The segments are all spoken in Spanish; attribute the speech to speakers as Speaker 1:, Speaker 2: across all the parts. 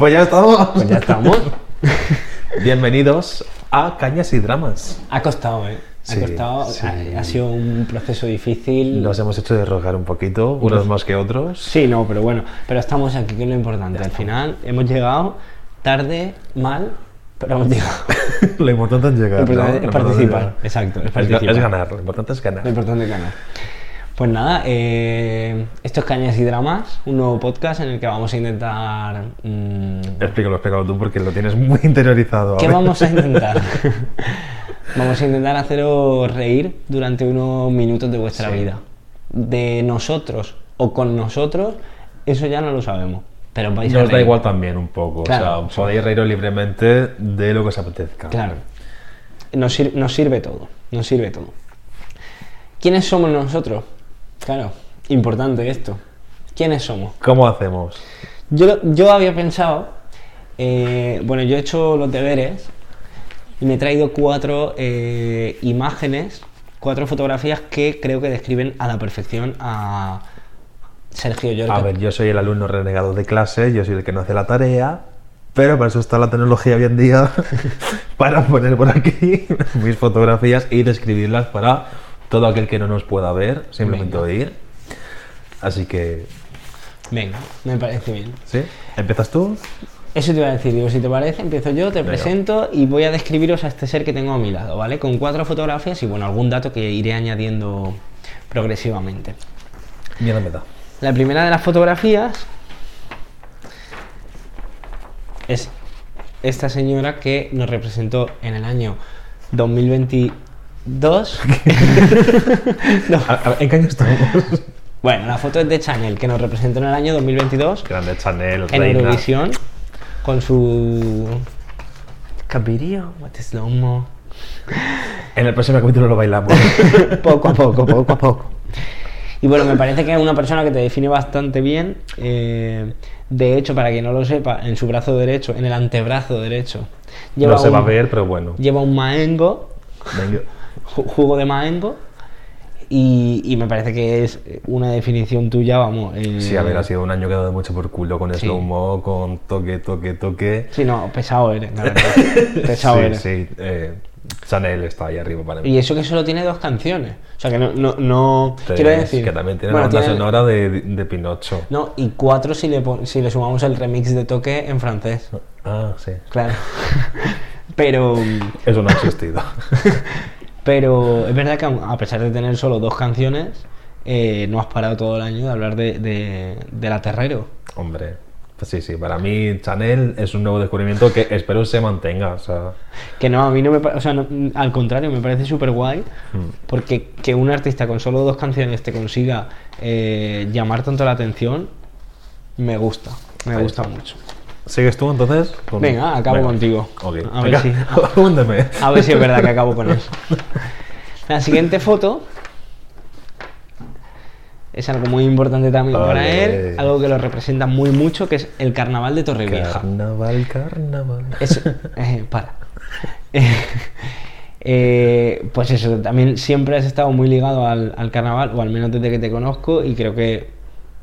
Speaker 1: Pues ya estamos.
Speaker 2: Pues ya estamos.
Speaker 1: Bienvenidos a Cañas y Dramas.
Speaker 2: Ha costado, ¿eh? Ha
Speaker 1: Sí,
Speaker 2: costado.
Speaker 1: sí.
Speaker 2: Ha, ha sido un proceso difícil.
Speaker 1: Nos hemos hecho derrogar un poquito, unos más que otros.
Speaker 2: Sí, no, pero bueno. Pero estamos aquí, que es lo importante. Al final hemos llegado tarde, mal, pero hemos llegado.
Speaker 1: Lo importante es llegar.
Speaker 2: Lo importante
Speaker 1: ¿no?
Speaker 2: es
Speaker 1: Lo importante
Speaker 2: Pues, eh, participar,
Speaker 1: llegar.
Speaker 2: exacto, es
Speaker 1: Es, ga-
Speaker 2: participar.
Speaker 1: es ganar, lo importante es ganar.
Speaker 2: Lo importante es ganar. Pues nada, eh, esto es Cañas y Dramas, un nuevo podcast en el que vamos a intentar. mm,
Speaker 1: Explícalo, explícalo tú porque lo tienes muy interiorizado.
Speaker 2: ¿Qué
Speaker 1: ver.
Speaker 2: vamos a intentar? vamos a intentar haceros reír durante unos minutos de vuestra
Speaker 1: Sí.
Speaker 2: vida. De nosotros o con nosotros, eso ya no lo sabemos. Pero vais a
Speaker 1: Nos da
Speaker 2: reír.
Speaker 1: igual también un poco.
Speaker 2: Claro.
Speaker 1: O sea, podéis reíros libremente de lo que os apetezca.
Speaker 2: Claro. Nos, sir- nos sirve todo. Nos sirve todo. ¿Quiénes somos nosotros? Claro, importante esto. ¿Quiénes somos?
Speaker 1: ¿Cómo hacemos?
Speaker 2: Yo, lo- yo había pensado, eh, bueno, yo he hecho los deberes y me he traído cuatro eh, imágenes, cuatro fotografías que creo que describen a la perfección a Sergio Llorca.
Speaker 1: A ver, yo soy el alumno renegado de clase, yo soy el que no hace la tarea, pero para eso está la tecnología hoy en día, para poner por aquí mis fotografías y describirlas para todo aquel que no nos pueda ver, simplemente
Speaker 2: Venga.
Speaker 1: oír. Así que,
Speaker 2: Venga, me parece bien.
Speaker 1: ¿sí? ¿Empiezas tú?
Speaker 2: Eso te iba a decir, digo, si te parece, empiezo yo, te
Speaker 1: Venga.
Speaker 2: presento y voy a describiros a este ser que tengo a mi lado, ¿vale? Con cuatro fotografías y bueno, algún dato que iré añadiendo progresivamente.
Speaker 1: Mierda me da.
Speaker 2: La primera de las fotografías es esta señora que nos representó en el año 2022. No.
Speaker 1: A- a ver, ¿En qué año estamos?
Speaker 2: Bueno, la foto es de Chanel, que nos representó en el año 2022
Speaker 1: Grande Chanel,
Speaker 2: en
Speaker 1: reina.
Speaker 2: Eurovisión con su... Capirío, what is slow mo.
Speaker 1: En el próximo capítulo lo bailamos.
Speaker 2: poco a poco, poco a poco. Y bueno, me parece que es una persona que te define bastante bien. eh, de hecho, para quien no lo sepa, en su brazo derecho, en el antebrazo derecho, lleva,
Speaker 1: no se va a
Speaker 2: un-
Speaker 1: ver, pero bueno.
Speaker 2: lleva un maengo,
Speaker 1: Venga.
Speaker 2: ju- jugo de maengo. Y, y me parece que es una definición tuya, vamos. eh,
Speaker 1: Sí, a ver, ha sido un año que ha dado mucho por culo con
Speaker 2: Sí.
Speaker 1: slow-mo, con toque, toque, toque.
Speaker 2: Sí, no, pesado eres, la verdad. Pesado
Speaker 1: sí,
Speaker 2: eres.
Speaker 1: sí, eh, Chanel está ahí arriba para mí.
Speaker 2: Y eso que solo tiene dos canciones. O sea, que no. no, no-
Speaker 1: Tres,
Speaker 2: quiero decir.
Speaker 1: Que también tiene
Speaker 2: bueno,
Speaker 1: una banda
Speaker 2: tiene-
Speaker 1: sonora de, de Pinocho.
Speaker 2: No, y cuatro si le, pon- si le sumamos el remix de toque en francés.
Speaker 1: Ah, sí.
Speaker 2: Claro. Pero,
Speaker 1: Eso no ha existido.
Speaker 2: pero es verdad que a pesar de tener solo dos canciones, eh, no has parado todo el año de hablar de, de, del aterrero.
Speaker 1: Hombre. Pues sí, sí, para mí Chanel es un nuevo descubrimiento que espero se mantenga. O sea,
Speaker 2: Que no, a mí no me pa- o sea, no- al contrario, me parece súper guay,
Speaker 1: Mm.
Speaker 2: porque que un artista con solo dos canciones te consiga eh, llamar tanto la atención, me gusta, me
Speaker 1: Ahí
Speaker 2: gusta
Speaker 1: está.
Speaker 2: mucho.
Speaker 1: ¿sigues tú entonces? Con-
Speaker 2: Venga, acabo contigo.
Speaker 1: Ok.
Speaker 2: A ver si-
Speaker 1: Júntame.
Speaker 2: A ver si es verdad que acabo con eso. La siguiente foto es algo muy importante también para
Speaker 1: Ole.
Speaker 2: él, algo que lo representa muy mucho, que es el carnaval de Torrevieja.
Speaker 1: Carnaval, carnaval.
Speaker 2: Es- eh, para. Eh, eh, pues eso, también siempre has estado muy ligado al, al carnaval, o al menos desde que te conozco, y creo que...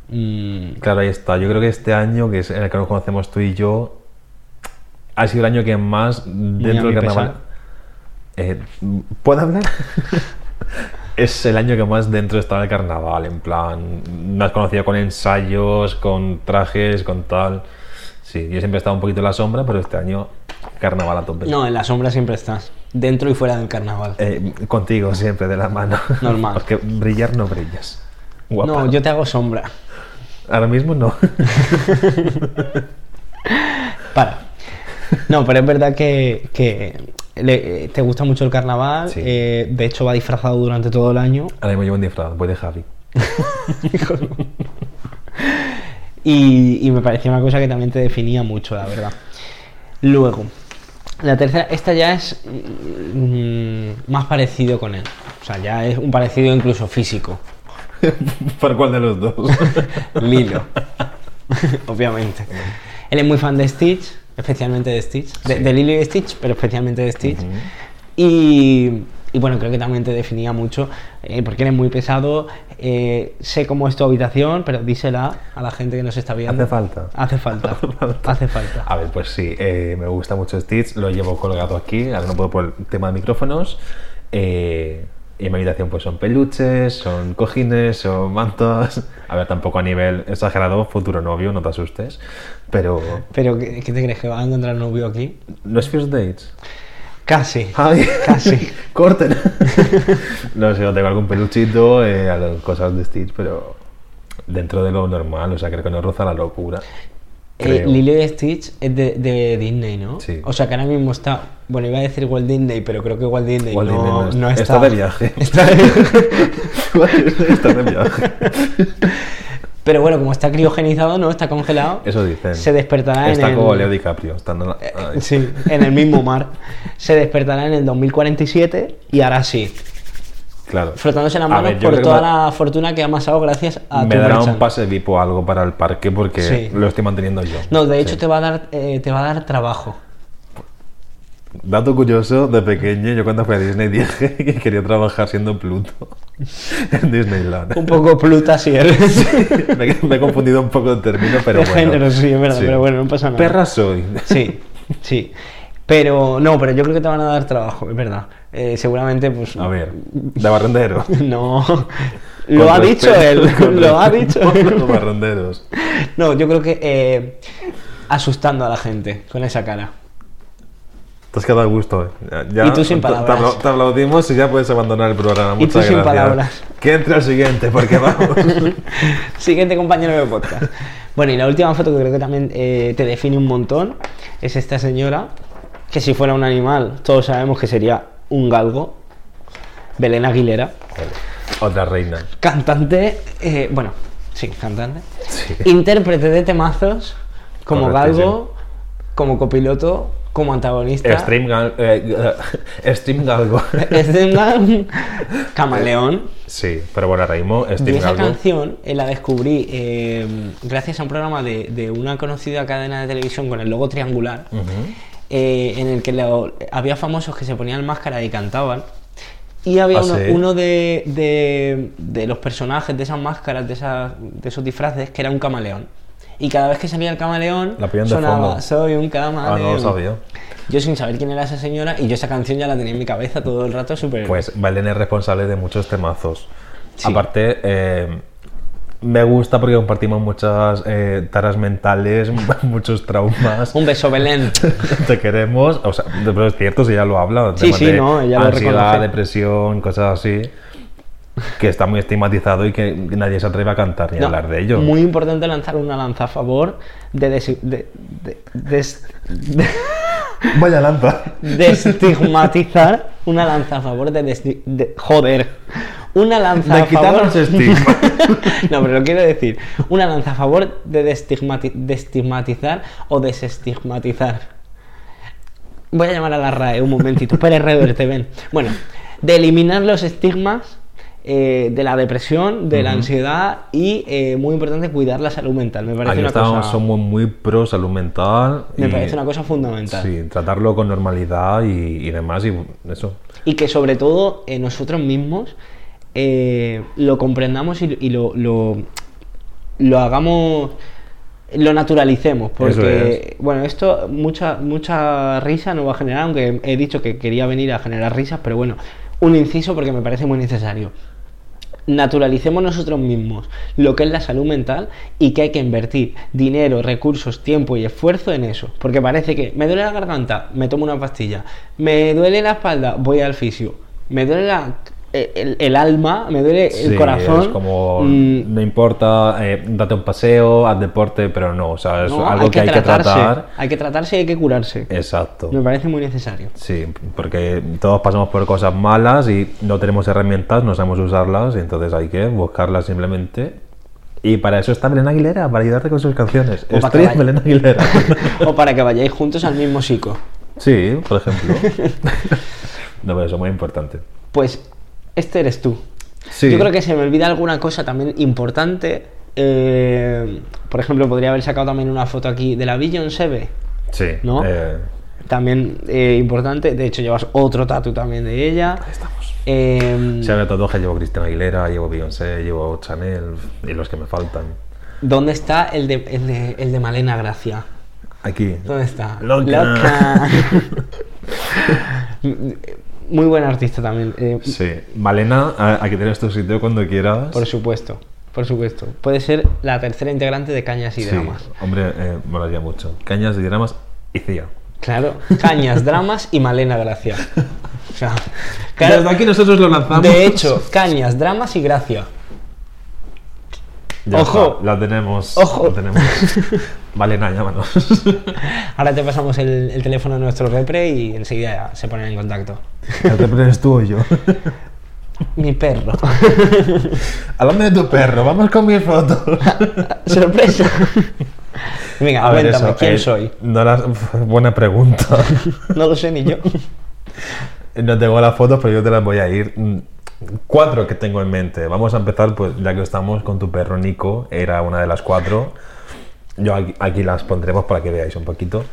Speaker 2: mm,
Speaker 1: Claro, ahí está. Yo creo que este año, que es en el que nos conocemos tú y yo, ha sido el año que más dentro del
Speaker 2: mi
Speaker 1: carnaval.
Speaker 2: pesar.
Speaker 1: Eh, ¿Puedo hablar? es el año que más dentro estaba el carnaval. En plan, me has conocido con ensayos, con trajes, con tal. Sí, yo siempre he estado un poquito en la sombra, pero este año carnaval a tope.
Speaker 2: no, en la sombra siempre estás, dentro y fuera del carnaval.
Speaker 1: Eh, contigo siempre, de la mano.
Speaker 2: Normal.
Speaker 1: Porque brillar no brillas. Guapa.
Speaker 2: no, yo te hago sombra.
Speaker 1: Ahora mismo no.
Speaker 2: Para. No, pero es verdad que, que le- eh, te gusta mucho el carnaval.
Speaker 1: Sí.
Speaker 2: eh, de hecho, va disfrazado durante todo el año.
Speaker 1: Ahora mismo llevo un disfraz, voy de Javi.
Speaker 2: Y, y me parecía una cosa que también te definía mucho, la verdad. Luego, la tercera, esta ya es mm, más parecido con él. O sea, ya es un parecido incluso físico.
Speaker 1: ¿Para cuál de los dos?
Speaker 2: Lilo. Obviamente. Él es muy fan de Stitch, especialmente de Stitch. De,
Speaker 1: Sí.
Speaker 2: de Lilo y de Stitch, pero especialmente de Stitch.
Speaker 1: Ujú.
Speaker 2: Y, y Y bueno, creo que también te definía mucho, eh, porque eres muy pesado, eh, sé cómo es tu habitación, pero dísela a la gente que nos está viendo.
Speaker 1: Hace falta.
Speaker 2: Hace falta. hace falta.
Speaker 1: A ver, pues sí, eh, me gusta mucho Stitch, lo llevo colgado aquí, ahora no puedo por el tema de micrófonos. eh, y en mi habitación pues son peluches, son cojines, son mantas. A ver, tampoco a nivel exagerado, futuro novio, no te asustes. Pero
Speaker 2: Pero ¿qué, qué te crees que vas a encontrar novio aquí?
Speaker 1: no es first dates.
Speaker 2: Casi.
Speaker 1: Ay,
Speaker 2: Casi.
Speaker 1: Corten. no sé, tengo algún peluchito, eh, algo- cosas de Stitch, pero dentro de lo normal, o sea, creo que no roza la locura.
Speaker 2: Eh,
Speaker 1: Creo.
Speaker 2: Lilo y Stitch es de, de Disney, ¿no?
Speaker 1: Sí.
Speaker 2: O sea que ahora mismo está. Bueno, iba a decir Walt Disney, pero creo que Walt Disney,
Speaker 1: Walt
Speaker 2: no,
Speaker 1: Disney no es-
Speaker 2: no
Speaker 1: está
Speaker 2: está.
Speaker 1: de viaje.
Speaker 2: Está de-
Speaker 1: Estás de viaje.
Speaker 2: pero bueno, como está criogenizado, ¿no? Está congelado.
Speaker 1: Eso dicen.
Speaker 2: Se despertará
Speaker 1: Está
Speaker 2: en
Speaker 1: como
Speaker 2: el. Eh,
Speaker 1: Leo DiCaprio. Está en la- ay.
Speaker 2: Sí, en el mismo mar. Se despertará en el 2047 y ahora sí.
Speaker 1: Claro.
Speaker 2: Frotándose
Speaker 1: A
Speaker 2: las manos
Speaker 1: ver, yo
Speaker 2: por
Speaker 1: creo que
Speaker 2: toda
Speaker 1: me-
Speaker 2: la fortuna que ha amasado gracias a
Speaker 1: Me
Speaker 2: tu
Speaker 1: dará un
Speaker 2: merchan.
Speaker 1: pase VIP o algo para el parque porque
Speaker 2: Sí.
Speaker 1: lo estoy manteniendo yo.
Speaker 2: No, de hecho
Speaker 1: Sí.
Speaker 2: te va a dar eh, te va a dar trabajo.
Speaker 1: Dato curioso, de pequeño, yo cuando fui a Disney dije que quería trabajar siendo Pluto en Disneyland.
Speaker 2: Un poco pluta si eres.
Speaker 1: me, me he confundido un poco de término, pero
Speaker 2: de
Speaker 1: bueno.
Speaker 2: género, sí, es verdad,
Speaker 1: Sí.
Speaker 2: pero bueno, no pasa nada.
Speaker 1: Perra soy.
Speaker 2: Sí, sí. Pero no, pero yo creo que te van a dar trabajo, es verdad. Eh, seguramente, pues.
Speaker 1: A ver, de barrendero.
Speaker 2: No.
Speaker 1: Con
Speaker 2: Lo ha dicho
Speaker 1: respeto, con
Speaker 2: él. Lo ha dicho
Speaker 1: respeto a
Speaker 2: él.
Speaker 1: Los barrenderos.
Speaker 2: No, yo creo que eh, asustando a la gente con esa cara.
Speaker 1: Te has quedado a gusto. eh. Ya-
Speaker 2: Y tú sin
Speaker 1: te-
Speaker 2: palabras.
Speaker 1: Te, apla- te aplaudimos y ya puedes abandonar el programa.
Speaker 2: Y tú
Speaker 1: Muchas
Speaker 2: sin
Speaker 1: gracias.
Speaker 2: palabras.
Speaker 1: Que entre al siguiente, porque vamos.
Speaker 2: Siguiente compañero de podcast. Bueno, y la última foto que creo que también eh, te define un montón es esta señora, que si fuera un animal, todos sabemos que sería un galgo. Belén Aguilera,
Speaker 1: Otra reina.
Speaker 2: cantante, eh, bueno, sí, cantante,
Speaker 1: Sí.
Speaker 2: intérprete de temazos como
Speaker 1: Correctísimo.
Speaker 2: galgo, como copiloto, como antagonista.
Speaker 1: Stream, gal- eh, eh, stream Galgo.
Speaker 2: Stream Gal- camaleón.
Speaker 1: Sí, pero bueno, ahora mismo
Speaker 2: Yo
Speaker 1: Stream
Speaker 2: esa
Speaker 1: Galgo.
Speaker 2: canción eh, la descubrí eh, gracias a un programa de, de una conocida cadena de televisión con el logo triangular,
Speaker 1: Ujú.
Speaker 2: eh, en el que lo- había famosos que se ponían máscara y cantaban. Y había
Speaker 1: Ah,
Speaker 2: uno,
Speaker 1: sí.
Speaker 2: uno de, de- de los personajes de esas máscaras, de, esas- de esos disfraces, que era un camaleón. Y cada vez que salía el camaleón,
Speaker 1: La ponían de fondo.
Speaker 2: sonaba, soy un
Speaker 1: Ah,
Speaker 2: camaleón.
Speaker 1: no lo sabía.
Speaker 2: Yo sin saber quién era esa señora, y yo esa canción ya la tenía en mi cabeza todo el rato, súper...
Speaker 1: Pues Belén es responsable de muchos temazos.
Speaker 2: Sí.
Speaker 1: Aparte, eh, me gusta porque compartimos muchas eh, taras mentales, muchos traumas.
Speaker 2: Un beso, Belén.
Speaker 1: Te queremos, o sea, de- pero es cierto, si ella lo habla.
Speaker 2: Sí,
Speaker 1: temas
Speaker 2: sí,
Speaker 1: de
Speaker 2: no, ella lo
Speaker 1: Ansiedad,
Speaker 2: reconoce.
Speaker 1: depresión, cosas así, que está muy estigmatizado y que nadie se atreve a cantar ni a
Speaker 2: No,
Speaker 1: hablar de ello.
Speaker 2: Muy importante lanzar una lanza a favor de, desi- de- de- des- de-
Speaker 1: Vaya lanza.
Speaker 2: de estigmatizar. Una lanza a favor de, desti- de- Joder. Una lanza
Speaker 1: De
Speaker 2: a
Speaker 1: quitar
Speaker 2: favor.
Speaker 1: los estigmas.
Speaker 2: no, pero lo quiero decir. Una lanza a favor de destigmati- destigmatizar o desestigmatizar. Voy a llamar a la RAE un momentito. Pérez Reverte, ven. Bueno, de eliminar los estigmas eh, de la depresión, de la
Speaker 1: Ujú.
Speaker 2: ansiedad y, eh, muy importante, cuidar la salud mental. Me parece,
Speaker 1: Aquí
Speaker 2: una
Speaker 1: estamos,
Speaker 2: cosa,
Speaker 1: somos muy pro salud mental.
Speaker 2: me
Speaker 1: y-
Speaker 2: parece una cosa fundamental.
Speaker 1: Sí, tratarlo con normalidad y, y demás, y eso.
Speaker 2: Y que, sobre todo, eh, nosotros mismos eh, lo comprendamos y, y lo, lo, lo hagamos. Lo naturalicemos, porque bueno, esto mucha mucha risa nos va a generar, aunque he dicho que quería venir a generar risas, pero bueno, un inciso porque me parece muy necesario. naturalicemos nosotros mismos lo que es la salud mental y que hay que invertir dinero, recursos, tiempo y esfuerzo en eso. Porque parece que me duele la garganta, me tomo una pastilla. Me duele la espalda, voy al fisio. Me duele la- eh, el, el alma, me duele
Speaker 1: Sí,
Speaker 2: el corazón.
Speaker 1: Es como,
Speaker 2: mm,
Speaker 1: no importa, eh, date un paseo, haz deporte, pero no, o sea, es
Speaker 2: no,
Speaker 1: algo que, hay que
Speaker 2: tratarse,
Speaker 1: tratar.
Speaker 2: Hay que tratarse y hay que curarse.
Speaker 1: Exacto.
Speaker 2: Me parece muy necesario.
Speaker 1: Sí, porque todos pasamos por cosas malas y no tenemos herramientas, no sabemos usarlas, y entonces hay que buscarlas simplemente. Y para eso está Belén Aguilera, para ayudarte con sus canciones.
Speaker 2: O para
Speaker 1: Street
Speaker 2: que vaya-
Speaker 1: Belén Aguilera.
Speaker 2: o para que vayáis juntos al mismo psico.
Speaker 1: sí, por ejemplo. no, pero eso es muy importante.
Speaker 2: Pues este eres tú.
Speaker 1: Sí.
Speaker 2: Yo creo que se me olvida alguna cosa también importante. eh, por ejemplo, podría haber sacado también una foto aquí de la Billion Seve,
Speaker 1: Sí.
Speaker 2: ¿no?
Speaker 1: eh,
Speaker 2: También eh, importante, de hecho llevas otro tatu también de ella.
Speaker 1: Estamos.
Speaker 2: Em,
Speaker 1: Si había tatuajes, llevo Cristina Aguilera, llevo Beyoncé, llevo Chanel y los que me faltan.
Speaker 2: ¿Dónde está el de, el de, el de Malena Gracia?
Speaker 1: Aquí.
Speaker 2: ¿Dónde está?
Speaker 1: Loca.
Speaker 2: Muy buen artista también, eh,
Speaker 1: Sí. Malena, a- aquí tienes tu sitio cuando quieras.
Speaker 2: por supuesto. Por supuesto. Puede ser la tercera integrante de Cañas y
Speaker 1: Sí,
Speaker 2: Dramas.
Speaker 1: Hombre, eh, molaría mucho. Cañas y dramas y CIA.
Speaker 2: Claro, Cañas, Dramas y Malena Gracia. O sea, claro,
Speaker 1: Desde aquí nosotros lo lanzamos.
Speaker 2: de hecho, Cañas, Dramas y Gracia.
Speaker 1: Ya
Speaker 2: ojo.
Speaker 1: está, la tenemos.
Speaker 2: Ojo.
Speaker 1: La tenemos. Malena, llámanos.
Speaker 2: Ahora te pasamos el, el teléfono de nuestro repre y enseguida ya se ponen en contacto.
Speaker 1: El repre eres tú o yo.
Speaker 2: Mi perro.
Speaker 1: Hablando de tu perro, vamos con mis fotos.
Speaker 2: Sorpresa. Venga,
Speaker 1: A ver,
Speaker 2: cuéntame,
Speaker 1: eso,
Speaker 2: ¿quién
Speaker 1: eh,
Speaker 2: soy?
Speaker 1: No las- buena pregunta.
Speaker 2: No lo sé ni yo.
Speaker 1: No tengo las fotos, pero yo te las voy a ir. mm, Cuatro que tengo en mente. Vamos a empezar, pues ya que estamos con tu perro Nico, era una de las cuatro. Yo aquí, aquí las pondremos para que veáis un poquito.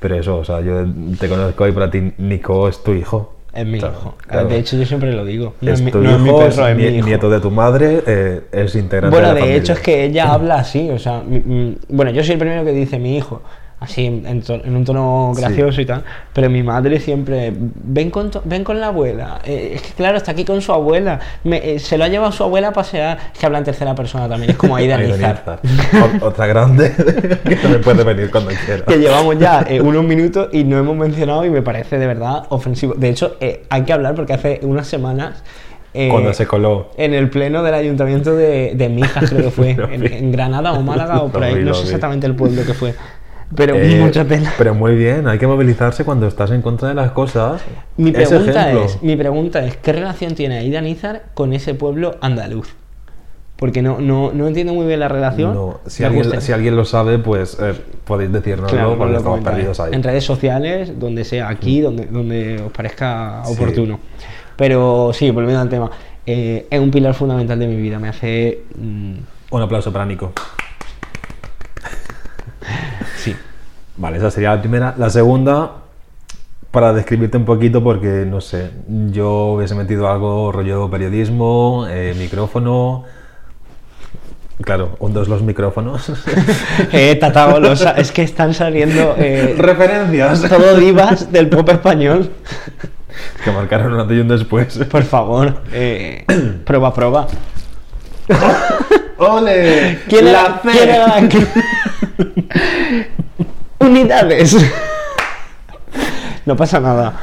Speaker 1: Pero eso, o sea, yo te conozco y para ti Nico es tu hijo.
Speaker 2: Es mi
Speaker 1: Claro,
Speaker 2: hijo. Ah,
Speaker 1: claro.
Speaker 2: De hecho, yo siempre lo digo. No es,
Speaker 1: es
Speaker 2: mi,
Speaker 1: tu
Speaker 2: no es mi
Speaker 1: hijo, es
Speaker 2: perro, es mi
Speaker 1: nie-
Speaker 2: hijo.
Speaker 1: nieto de tu madre, eh, es integrante
Speaker 2: Bueno,
Speaker 1: de la
Speaker 2: de
Speaker 1: familia.
Speaker 2: hecho es que ella habla así, o sea, mi- mi- bueno, yo soy el primero que dice mi hijo, así en, en to- en un tono
Speaker 1: Sí.
Speaker 2: gracioso y tal, pero mi madre siempre, ven con, to- ven con la abuela, eh, es que claro, está aquí con su abuela, Me- eh, se lo ha llevado su abuela a pasear, es que habla en tercera persona también, es como ahí de
Speaker 1: Ahí de
Speaker 2: analizar.
Speaker 1: Nizar. O- Otra grande que también puede venir cuando quiera.
Speaker 2: Que llevamos ya eh, unos minutos y no hemos mencionado y me parece de verdad ofensivo. De hecho, eh, hay que hablar porque hace unas semanas... eh,
Speaker 1: Cuando se coló.
Speaker 2: En el pleno del ayuntamiento de, de Mijas, creo que fue.
Speaker 1: Lo
Speaker 2: en,
Speaker 1: vi.
Speaker 2: en Granada o Málaga o por
Speaker 1: Lo
Speaker 2: ahí.
Speaker 1: vi,
Speaker 2: No
Speaker 1: lo
Speaker 2: sé
Speaker 1: vi.
Speaker 2: exactamente el pueblo que fue. Pero
Speaker 1: Eh,
Speaker 2: mucha pena.
Speaker 1: Pero muy bien, hay que movilizarse cuando estás en contra de las cosas.
Speaker 2: Mi
Speaker 1: Ese
Speaker 2: pregunta,
Speaker 1: ejemplo.
Speaker 2: es, mi pregunta es, ¿qué relación tiene Aida Nizar con ese pueblo andaluz? Porque no, no, no entiendo muy bien la relación.
Speaker 1: No, si,
Speaker 2: Me
Speaker 1: alguien,
Speaker 2: gusta.
Speaker 1: si alguien lo sabe, pues eh, podéis decirnoslo
Speaker 2: Claro, pues
Speaker 1: porque
Speaker 2: lo
Speaker 1: estamos
Speaker 2: comentaré.
Speaker 1: perdidos ahí. Mm.
Speaker 2: En redes sociales, donde sea, aquí, donde, donde os parezca
Speaker 1: Sí.
Speaker 2: oportuno. Pero sí, volviendo al tema, eh, es un pilar fundamental de mi vida. Me hace... mm,
Speaker 1: Un aplauso para Nico.
Speaker 2: sí.
Speaker 1: Vale, esa sería la primera. La segunda, para describirte un poquito, porque no sé, yo hubiese metido algo rollo periodismo, eh, micrófono. Claro, hundos los micrófonos.
Speaker 2: Eh, Tata Golosa, es que están saliendo eh,
Speaker 1: Referencias.
Speaker 2: todo divas del pop español.
Speaker 1: Que marcaron un antes y un después.
Speaker 2: Por favor, eh, prueba, prueba.
Speaker 1: ¡Ole!
Speaker 2: ¿Quién era?
Speaker 1: fe!
Speaker 2: ¿Quién era la que- Unidades. No pasa nada.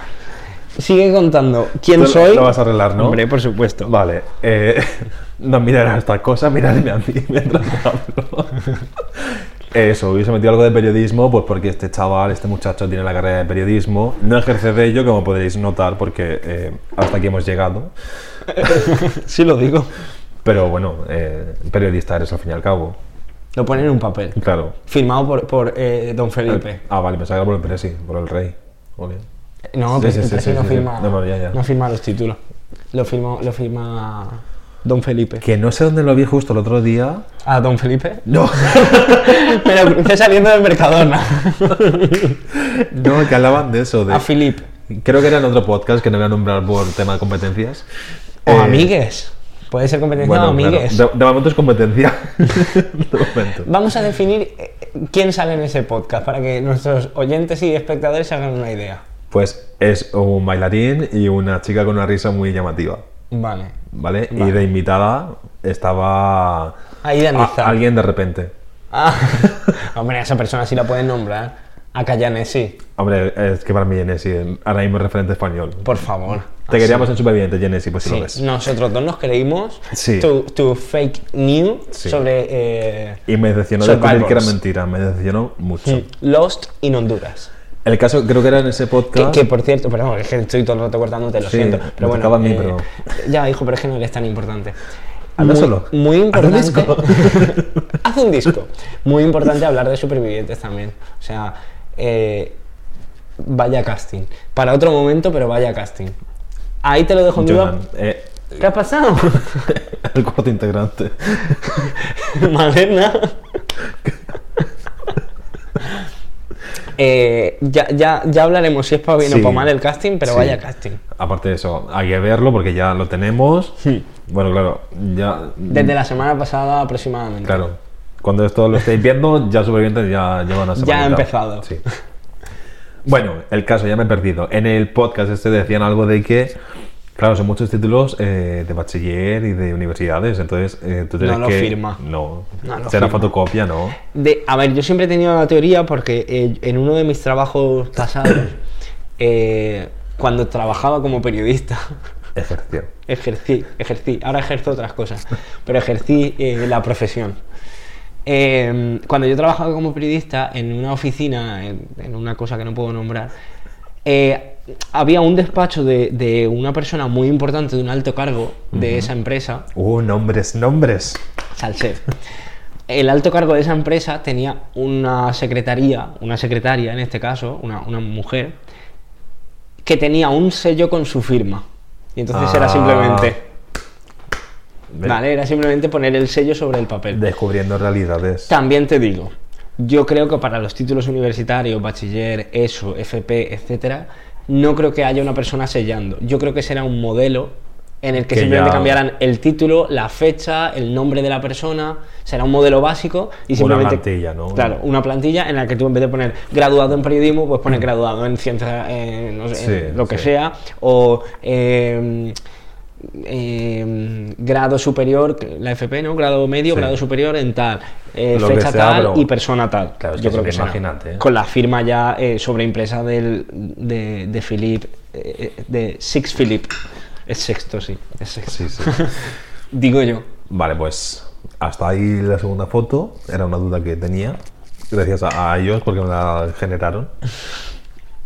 Speaker 2: Sigue contando quién
Speaker 1: Tú lo-
Speaker 2: soy.
Speaker 1: lo vas a arreglar, ¿no?
Speaker 2: Hombre, por supuesto.
Speaker 1: Vale, eh, no mirar esta cosa, mirarme a mí mientras hablo. Eh, Eso, hubiese metido algo de periodismo, pues porque este chaval, este muchacho tiene la carrera de periodismo, no ejerce de ello, como podréis notar, porque eh, hasta aquí hemos llegado.
Speaker 2: Sí lo digo.
Speaker 1: Pero bueno, eh, periodista eres al fin y al cabo,
Speaker 2: Lo ponen en un papel.
Speaker 1: claro.
Speaker 2: Firmado por, por, eh, Don Felipe.
Speaker 1: Ah, vale, pensaba que era por el presi, por el rey. Ole.
Speaker 2: No,
Speaker 1: Sí,
Speaker 2: pero
Speaker 1: sí,
Speaker 2: el
Speaker 1: sí,
Speaker 2: precio
Speaker 1: sí,
Speaker 2: no
Speaker 1: sí, sí.
Speaker 2: firma.
Speaker 1: No, no, ya, ya.
Speaker 2: no firma los títulos. Lo firma, lo firma Don Felipe.
Speaker 1: Que no sé dónde lo vi justo el otro día.
Speaker 2: ¿A Don Felipe?
Speaker 1: No.
Speaker 2: Me lo crucé saliendo del Mercadona.
Speaker 1: No, que hablaban de eso, de...
Speaker 2: A Filip.
Speaker 1: Creo que era en otro podcast que no voy a nombrar por tema de competencias.
Speaker 2: O
Speaker 1: Eh,
Speaker 2: amigues. Puede ser competencia de
Speaker 1: claro,
Speaker 2: amigues.
Speaker 1: de, de momento es competencia. de momento.
Speaker 2: Vamos a definir eh, quién sale en ese podcast para que nuestros oyentes y espectadores se hagan una idea.
Speaker 1: Pues es un bailarín y una chica con una risa muy llamativa,
Speaker 2: Vale.
Speaker 1: ¿vale?
Speaker 2: Vale.
Speaker 1: Y de invitada estaba
Speaker 2: Ahí de
Speaker 1: a-
Speaker 2: Niza.
Speaker 1: Ah, alguien de repente.
Speaker 2: Ah, hombre, a esa persona sí la pueden nombrar. A Cayanesi,
Speaker 1: Hombre, es que para mí Genesi, ahora mismo es referente español.
Speaker 2: por favor.
Speaker 1: Te queríamos en Superviviente, Genesi, pues si lo
Speaker 2: Ah,
Speaker 1: ves.
Speaker 2: Sí, nosotros dos nos creímos
Speaker 1: Sí.
Speaker 2: tu, tu fake news
Speaker 1: Sí.
Speaker 2: sobre eh,
Speaker 1: Y me decepcionó descubrir que era
Speaker 2: Survivors.
Speaker 1: mentira, me decepcionó mucho.
Speaker 2: Lost in Honduras.
Speaker 1: El caso, creo que era en ese
Speaker 2: Que,
Speaker 1: podcast.
Speaker 2: que, por cierto, perdón, es que estoy todo el rato cortándote, lo
Speaker 1: Sí,
Speaker 2: siento.
Speaker 1: me
Speaker 2: Pero bueno,
Speaker 1: tocaba a mí,
Speaker 2: eh,
Speaker 1: pero-
Speaker 2: Ya, hijo, pero es que no eres tan importante.
Speaker 1: Habla
Speaker 2: muy,
Speaker 1: solo.
Speaker 2: Muy
Speaker 1: Haz un
Speaker 2: importante.
Speaker 1: disco.
Speaker 2: Haz un disco. Muy importante hablar de supervivientes también. O sea, eh, vaya casting. Para otro momento, pero vaya casting. Ahí te lo dejo en duda.
Speaker 1: Jonan, eh,
Speaker 2: ¿Qué ha pasado?
Speaker 1: el cuarto integrante.
Speaker 2: Malena. Eh, ya, ya, ya hablaremos si es para bien
Speaker 1: Sí.
Speaker 2: o para mal el casting, pero
Speaker 1: Sí.
Speaker 2: vaya casting.
Speaker 1: Aparte de eso, hay que verlo porque ya lo tenemos.
Speaker 2: Sí.
Speaker 1: Bueno, claro, ya.
Speaker 2: Desde la semana pasada aproximadamente.
Speaker 1: Claro. Cuando esto lo estáis viendo, ya Supervivientes ya lleva una
Speaker 2: Ya ha
Speaker 1: semana.
Speaker 2: empezado.
Speaker 1: Sí. Bueno, el caso ya me he perdido. En el podcast este decían algo de que, claro, son muchos títulos eh, de bachiller y de universidades, entonces eh, tú tienes
Speaker 2: No lo
Speaker 1: que...
Speaker 2: firma.
Speaker 1: No,
Speaker 2: No lo
Speaker 1: será
Speaker 2: firma.
Speaker 1: fotocopia, ¿no?
Speaker 2: De- a ver, yo siempre he tenido la teoría porque eh, en uno de mis trabajos tasados, eh, cuando trabajaba como periodista,
Speaker 1: Ejercicio.
Speaker 2: ejercí, ejercí, ahora ejerzo otras cosas, pero ejercí eh, la profesión. Eh, cuando yo trabajaba como periodista en una oficina, en, en una cosa que no puedo nombrar, eh, había un despacho de, de una persona muy importante, de un alto cargo de esa empresa,
Speaker 1: Uh, nombres, nombres.
Speaker 2: Salsed. E El alto cargo de esa empresa tenía una secretaría, una secretaria en este caso, una, una mujer, que tenía un sello con su firma. Y entonces era
Speaker 1: Ah.
Speaker 2: simplemente.
Speaker 1: Ve-
Speaker 2: Vale, era simplemente poner el sello sobre el papel.
Speaker 1: Descubriendo realidades.
Speaker 2: También te digo, yo creo que para los títulos universitarios, bachiller, ESO, FP, etcétera, no creo que haya una persona sellando. Yo creo que será un modelo en el que,
Speaker 1: Que
Speaker 2: simplemente
Speaker 1: ya-
Speaker 2: cambiarán el título, la fecha, el nombre de la persona, será un modelo básico y
Speaker 1: Una
Speaker 2: simplemente
Speaker 1: plantilla, ¿no?
Speaker 2: Claro, una plantilla en la que tú en vez de poner graduado en periodismo, pues pones graduado en ciencia, eh, no sé, en
Speaker 1: Mm. Sí,
Speaker 2: lo que
Speaker 1: sí.
Speaker 2: sea o eh, eh, grado superior, la FP, ¿no? Grado medio,
Speaker 1: Sí.
Speaker 2: grado superior en tal. eh, eh,
Speaker 1: Lo que
Speaker 2: fecha
Speaker 1: sea,
Speaker 2: tal
Speaker 1: pero-
Speaker 2: y persona tal.
Speaker 1: Claro, es que sí,
Speaker 2: será.
Speaker 1: imagínate, ¿eh?
Speaker 2: Con la firma ya eh, sobreimpresa del, de, de Philip, eh, eh, de Six Philip. Es sexto, sí. Es sexto.
Speaker 1: Sí, sí.
Speaker 2: Digo yo.
Speaker 1: Vale, pues hasta ahí la segunda foto. Era una duda que tenía. Gracias a, a ellos porque me la generaron.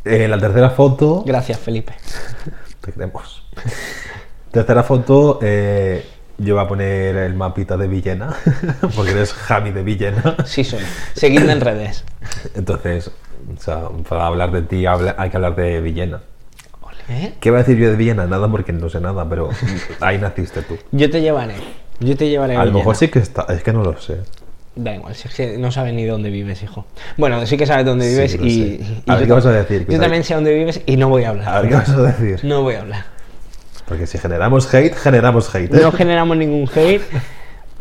Speaker 1: Eh, la tercera foto.
Speaker 2: Gracias, Felipe.
Speaker 1: Te queremos. Tercera foto. eh, yo voy a poner el mapita de Villena. Porque eres Javi de Villena.
Speaker 2: Sí, soy. Seguidme en redes.
Speaker 1: Entonces, o sea, para hablar de ti habla- hay que hablar de Villena.
Speaker 2: ¿Eh?
Speaker 1: ¿Qué voy a decir yo de Villena? Nada porque no sé nada, pero ahí naciste tú.
Speaker 2: Yo te llevaré. Yo te llevaré.
Speaker 1: A lo mejor
Speaker 2: Villena.
Speaker 1: sí que está. Es que no lo sé.
Speaker 2: Da igual, si es que no sabes ni dónde vives, hijo. Bueno, sí que sabes dónde
Speaker 1: Sí,
Speaker 2: vives
Speaker 1: lo
Speaker 2: y,
Speaker 1: sé.
Speaker 2: y
Speaker 1: A ver,
Speaker 2: yo
Speaker 1: ¿qué vas a
Speaker 2: tam-
Speaker 1: decir? Que
Speaker 2: Yo
Speaker 1: tal-
Speaker 2: también sé dónde vives y no voy a
Speaker 1: A
Speaker 2: hablar.
Speaker 1: ver qué vas a decir.
Speaker 2: No voy a hablar.
Speaker 1: Porque si generamos hate, generamos hate. ¿eh?
Speaker 2: no generamos ningún hate.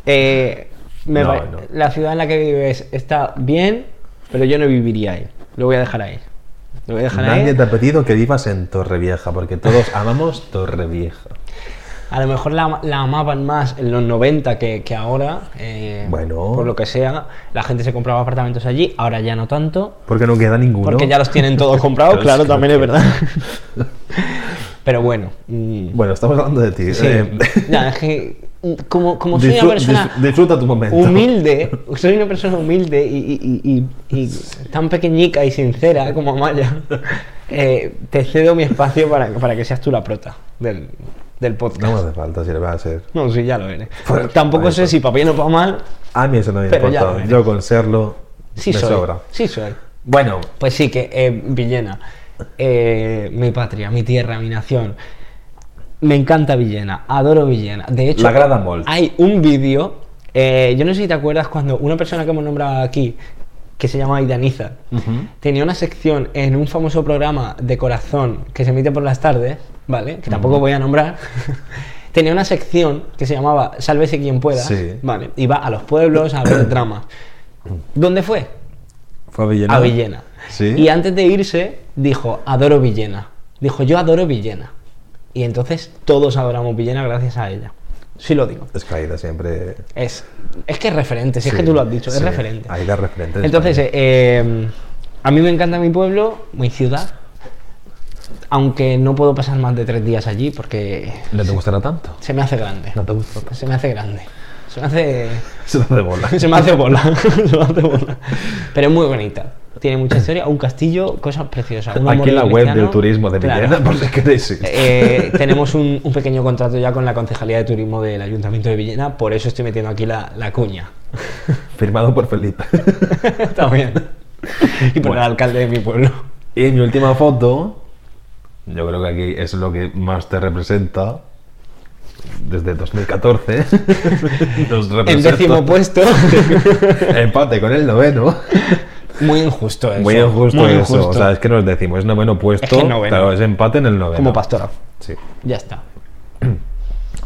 Speaker 2: Eh, me
Speaker 1: No,
Speaker 2: pare-
Speaker 1: no.
Speaker 2: La ciudad en la que vives está bien, pero yo no viviría ahí. Lo voy a dejar ahí. Lo voy a dejar
Speaker 1: Nadie
Speaker 2: ahí.
Speaker 1: te ha pedido que vivas en Torrevieja, porque todos amamos Torrevieja.
Speaker 2: A lo mejor la, la amaban más en los 90 que, que ahora. eh,
Speaker 1: Bueno.
Speaker 2: Por lo que sea, la gente se compraba apartamentos allí, ahora ya no tanto.
Speaker 1: Porque no queda ninguno.
Speaker 2: Porque ya los tienen todos comprados,
Speaker 1: Pero
Speaker 2: claro,
Speaker 1: es que
Speaker 2: también es
Speaker 1: no
Speaker 2: verdad. pero bueno. mm,
Speaker 1: Bueno, estamos hablando de ti.
Speaker 2: sí.
Speaker 1: eh,
Speaker 2: Nada, es que mm, como, como soy una
Speaker 1: disfru-
Speaker 2: persona...
Speaker 1: dis- disfruta tu momento.
Speaker 2: humilde, soy una persona humilde y, y- y- y- y tan pequeñica y sincera como Amaya, eh, te cedo mi espacio para, para que seas tú la prota del, del
Speaker 1: No me
Speaker 2: podcast.
Speaker 1: hace falta si le va a ser.
Speaker 2: No, sí, ya lo eres.
Speaker 1: Pues,
Speaker 2: Tampoco
Speaker 1: ahí
Speaker 2: sé
Speaker 1: está.
Speaker 2: si para bien o para mal,
Speaker 1: A mí eso no me
Speaker 2: Pero ya lo
Speaker 1: importa.
Speaker 2: eres.
Speaker 1: Yo con serlo
Speaker 2: sí
Speaker 1: me
Speaker 2: soy.
Speaker 1: sobra.
Speaker 2: Sí soy.
Speaker 1: Bueno,
Speaker 2: Pues sí, que eh, Villena, eh, mi patria, mi tierra, mi nación. Me encanta Villena, adoro Villena. De hecho,
Speaker 1: La agrada molt.
Speaker 2: hay un vídeo, eh, yo no sé si te acuerdas cuando una persona que hemos nombrado aquí, que se llama Idaniza, tenía una sección en un famoso programa de corazón que se emite por las tardes, ¿vale? Que tampoco voy a nombrar. tenía una sección que se llamaba Sálvese quien pueda,
Speaker 1: Sí.
Speaker 2: ¿vale? Iba a los pueblos a ver dramas. ¿Dónde fue?
Speaker 1: fue a Villena.
Speaker 2: a Villena.
Speaker 1: Sí.
Speaker 2: Y antes de irse, dijo, adoro Villena. Dijo, yo adoro Villena. Y entonces todos adoramos Villena gracias a ella. Sí lo digo.
Speaker 1: Es caída siempre.
Speaker 2: Es, es que es referente, si es que
Speaker 1: Sí,
Speaker 2: tú lo has dicho, es
Speaker 1: sí.
Speaker 2: referente.
Speaker 1: Ahí da referente. en
Speaker 2: Entonces,
Speaker 1: España.
Speaker 2: eh, eh, a mí me encanta mi pueblo, mi ciudad. Aunque no puedo pasar más de tres días allí porque
Speaker 1: ¿No te gustará tanto?
Speaker 2: se me hace grande.
Speaker 1: ¿No te gusta?
Speaker 2: Se me hace grande. Se me hace...
Speaker 1: Se te hace bola.
Speaker 2: Se me hace bola. se me hace bola. Pero es muy bonita. Tiene mucha historia, un castillo, cosas preciosas. un amor
Speaker 1: Aquí en la web
Speaker 2: cristiano.
Speaker 1: del turismo de
Speaker 2: Claro.
Speaker 1: Villena, por si queréis ir.
Speaker 2: Eh, tenemos un, un pequeño contrato ya con la Concejalía de Turismo del Ayuntamiento de Villena, por eso estoy metiendo aquí la, la cuña.
Speaker 1: Firmado por Felipe.
Speaker 2: También. Y por
Speaker 1: Bueno.
Speaker 2: el alcalde de mi pueblo.
Speaker 1: Y mi última foto, yo creo que aquí es lo que más te representa desde 2014. Nos
Speaker 2: En
Speaker 1: representa
Speaker 2: décimo puesto.
Speaker 1: Empate con el noveno.
Speaker 2: Muy injusto eso.
Speaker 1: Muy injusto
Speaker 2: muy
Speaker 1: eso.
Speaker 2: injusto.
Speaker 1: O sea, es que nos decimos, es noveno puesto.
Speaker 2: Es que es noveno.
Speaker 1: Claro, es empate en el noveno.
Speaker 2: Como Pastora.
Speaker 1: Sí.
Speaker 2: Ya está.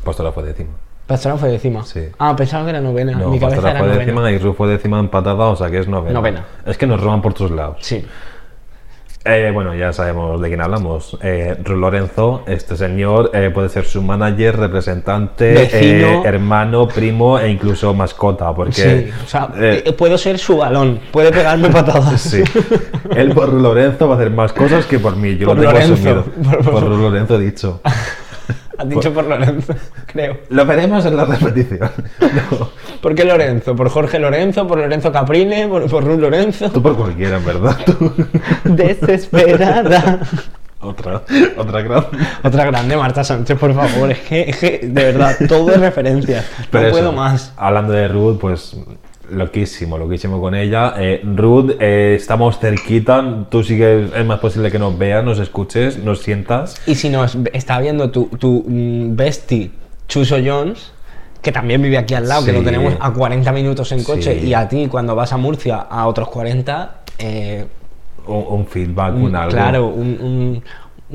Speaker 1: Pastora fue décimo.
Speaker 2: Pastora fue décima.
Speaker 1: Sí.
Speaker 2: Ah, pensaba que era novena.
Speaker 1: No,
Speaker 2: Mi cabeza
Speaker 1: Pastora
Speaker 2: era
Speaker 1: fue
Speaker 2: novena.
Speaker 1: décima y Ruth fue décima empatada, o sea que es novena.
Speaker 2: Novena.
Speaker 1: Es que nos roban por todos lados.
Speaker 2: Sí.
Speaker 1: Eh, bueno, ya sabemos de quién hablamos. Eh, Ruth Lorenzo, este señor eh, puede ser su manager, representante, eh,
Speaker 2: Vecino.
Speaker 1: hermano, primo e incluso mascota, porque...
Speaker 2: Sí. O sea,
Speaker 1: eh,
Speaker 2: eh, puedo ser su balón. Puede pegarme patadas.
Speaker 1: Sí. Él por Lorenzo va a hacer más cosas que por mí. Yo
Speaker 2: Por
Speaker 1: lo tengo
Speaker 2: Lorenzo.
Speaker 1: asumido.
Speaker 2: Por-
Speaker 1: Por,
Speaker 2: por-
Speaker 1: Lorenzo he dicho.
Speaker 2: Has dicho por Lorenzo, creo.
Speaker 1: Lo veremos en la repetición. No,
Speaker 2: ¿Por qué Lorenzo? ¿Por Jorge Lorenzo? ¿Por Lorenzo Caprile? ¿Por, por Ruth Lorenzo?
Speaker 1: tú por cualquiera, en verdad. Tú.
Speaker 2: Desesperada.
Speaker 1: Otra, otra gran.
Speaker 2: Otra grande, Marta Sánchez, por favor. Es que, es que, de verdad, todo es referencia. no
Speaker 1: eso,
Speaker 2: puedo más.
Speaker 1: Hablando de Ruth, pues loquísimo, loquísimo con ella. Eh, Ruth, eh, estamos cerquita. Tú sí que es más posible que nos veas, nos escuches, nos sientas.
Speaker 2: Y si nos está viendo tu, tu mm, bestie, Chuso Jones, que también vive aquí al lado, que lo
Speaker 1: Sí.
Speaker 2: tenemos a 40 minutos en coche,
Speaker 1: Sí.
Speaker 2: y a ti cuando vas a Murcia a otros 40, eh,
Speaker 1: Un, un feedback, un, algo.
Speaker 2: Mm, claro, un, un,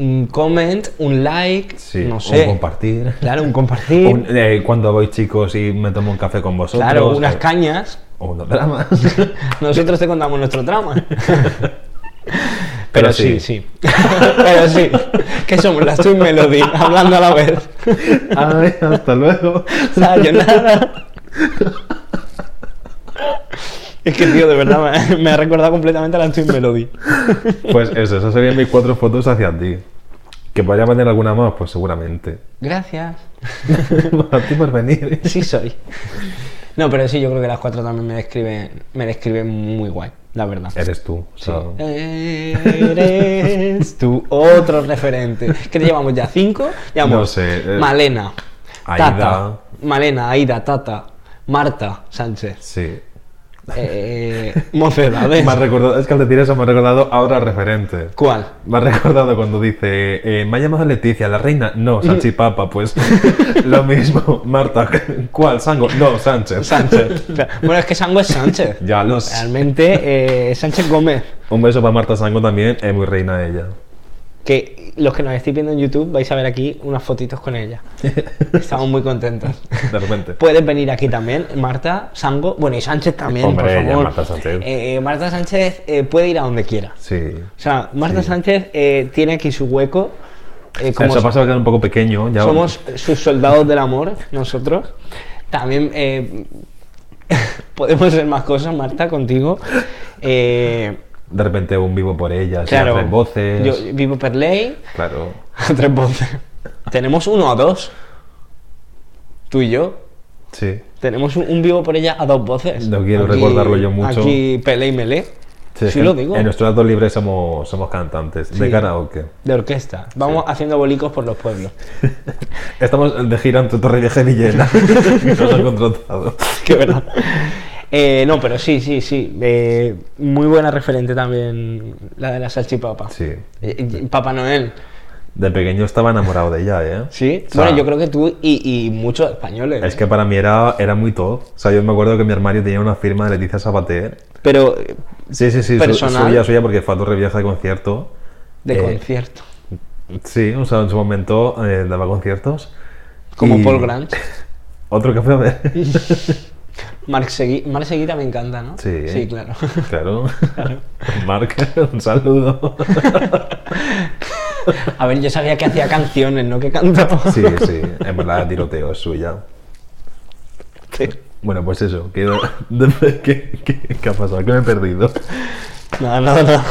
Speaker 2: un comment, un like,
Speaker 1: Sí,
Speaker 2: no sé.
Speaker 1: Un compartir.
Speaker 2: Claro, un compartir.
Speaker 1: Un, eh, cuando voy, chicos, y me tomo un café con vosotros.
Speaker 2: claro, unas
Speaker 1: eh,
Speaker 2: cañas.
Speaker 1: O unos dramas.
Speaker 2: Nosotros te contamos nuestro trama. Pero
Speaker 1: Pero
Speaker 2: sí,
Speaker 1: sí.
Speaker 2: sí. Pero sí. Que somos las Twin Melody hablando a la vez. Ah.
Speaker 1: Ay, hasta luego.
Speaker 2: Sayonara. Es que, tío, de verdad me, me ha recordado completamente a las Twin Melody.
Speaker 1: Pues eso, esas serían mis cuatro fotos hacia ti. ¿Que podría tener alguna más? Pues seguramente.
Speaker 2: Gracias.
Speaker 1: A ti por venir.
Speaker 2: Sí soy. No, pero sí, yo creo que las cuatro también me describen, me describen muy guay, la verdad.
Speaker 1: Eres tú. o sea,
Speaker 2: Eres tu otro referente. Que te llevamos ya cinco. Llevamos
Speaker 1: No sé, eh,
Speaker 2: Malena.
Speaker 1: Aida.
Speaker 2: Tata, Malena, Aida, Tata, Marta Sánchez.
Speaker 1: Sí.
Speaker 2: Eh, mocedades.
Speaker 1: Me has recordado- es que al decir eso me ha recordado a otra referente.
Speaker 2: ¿Cuál?
Speaker 1: Me ha recordado cuando dice, eh, me ha llamado Leticia, la reina. No, Salchipapa, pues lo mismo. Marta, ¿cuál? Sango. No, Sánchez.
Speaker 2: Sánchez. Bueno, es que Sango es Sánchez.
Speaker 1: Ya los...
Speaker 2: Realmente eh, Sánchez Gómez.
Speaker 1: Un beso para Marta Sango también, es muy reina ella.
Speaker 2: Que los que nos estéis viendo en YouTube vais a ver aquí unas fotitos con ella. Estamos muy contentos.
Speaker 1: De repente.
Speaker 2: Puedes venir aquí también, Marta, Sango, bueno, y Sánchez también,
Speaker 1: Hombre,
Speaker 2: por
Speaker 1: ya
Speaker 2: favor.
Speaker 1: Marta Sánchez.
Speaker 2: Eh, Marta Sánchez eh, puede ir a donde quiera.
Speaker 1: Sí.
Speaker 2: O sea, Marta Sánchez eh, tiene aquí su hueco. eh, como
Speaker 1: Eso pasa a quedar un poco pequeño. Ya
Speaker 2: somos sus soldados del amor, nosotros. También eh, podemos ser más cosas, Marta, contigo. Eh,
Speaker 1: De repente un vivo por ella, claro,
Speaker 2: claro,
Speaker 1: tres voces.
Speaker 2: Yo vivo per ley,
Speaker 1: Claro.
Speaker 2: a tres voces. Tenemos uno a dos. Tú y yo.
Speaker 1: Sí.
Speaker 2: Tenemos un, un vivo por ella a dos voces.
Speaker 1: No quiero recordarlo yo mucho.
Speaker 2: Aquí Pelé y Melé. Sí,
Speaker 1: en-
Speaker 2: lo digo.
Speaker 1: En nuestro dato libre somos, somos cantantes
Speaker 2: Sí.
Speaker 1: de karaoke.
Speaker 2: De orquesta. Vamos haciendo bolicos por los pueblos.
Speaker 1: Estamos de gira entre Torrevieja y Villena. que nos han contratado.
Speaker 2: Qué verdad. Eh, no, pero sí, sí, sí. Eh, muy buena referente también la de la salchipapa.
Speaker 1: Sí.
Speaker 2: Eh, eh, Papá Noel.
Speaker 1: De pequeño estaba enamorado de ella, ¿eh?
Speaker 2: Sí.
Speaker 1: O sea,
Speaker 2: bueno, yo creo que tú y, y muchos españoles.
Speaker 1: Es que para mí era, era muy top. O sea, yo me acuerdo que mi armario tenía una firma de Leticia Sabater.
Speaker 2: Pero eh,
Speaker 1: Sí, sí, sí. su-
Speaker 2: Personal.
Speaker 1: suya, suya, porque fue a Torrevieja de concierto.
Speaker 2: de
Speaker 1: Eh,
Speaker 2: concierto.
Speaker 1: Sí, o sea, en su momento eh, daba conciertos.
Speaker 2: Como
Speaker 1: y-
Speaker 2: Paul Grant.
Speaker 1: Otro que fue a ver.
Speaker 2: Marc Seguí. Marc Seguí también canta, ¿no?
Speaker 1: Sí.
Speaker 2: Sí, claro.
Speaker 1: Claro. Marc, un saludo.
Speaker 2: A ver, yo sabía que hacía canciones, no que cantaba.
Speaker 1: Sí, sí, en verdad tiroteo es suya. Bueno, pues eso, que- ¿qué, qué, qué ha pasado? Que me he perdido.
Speaker 2: No, no, no.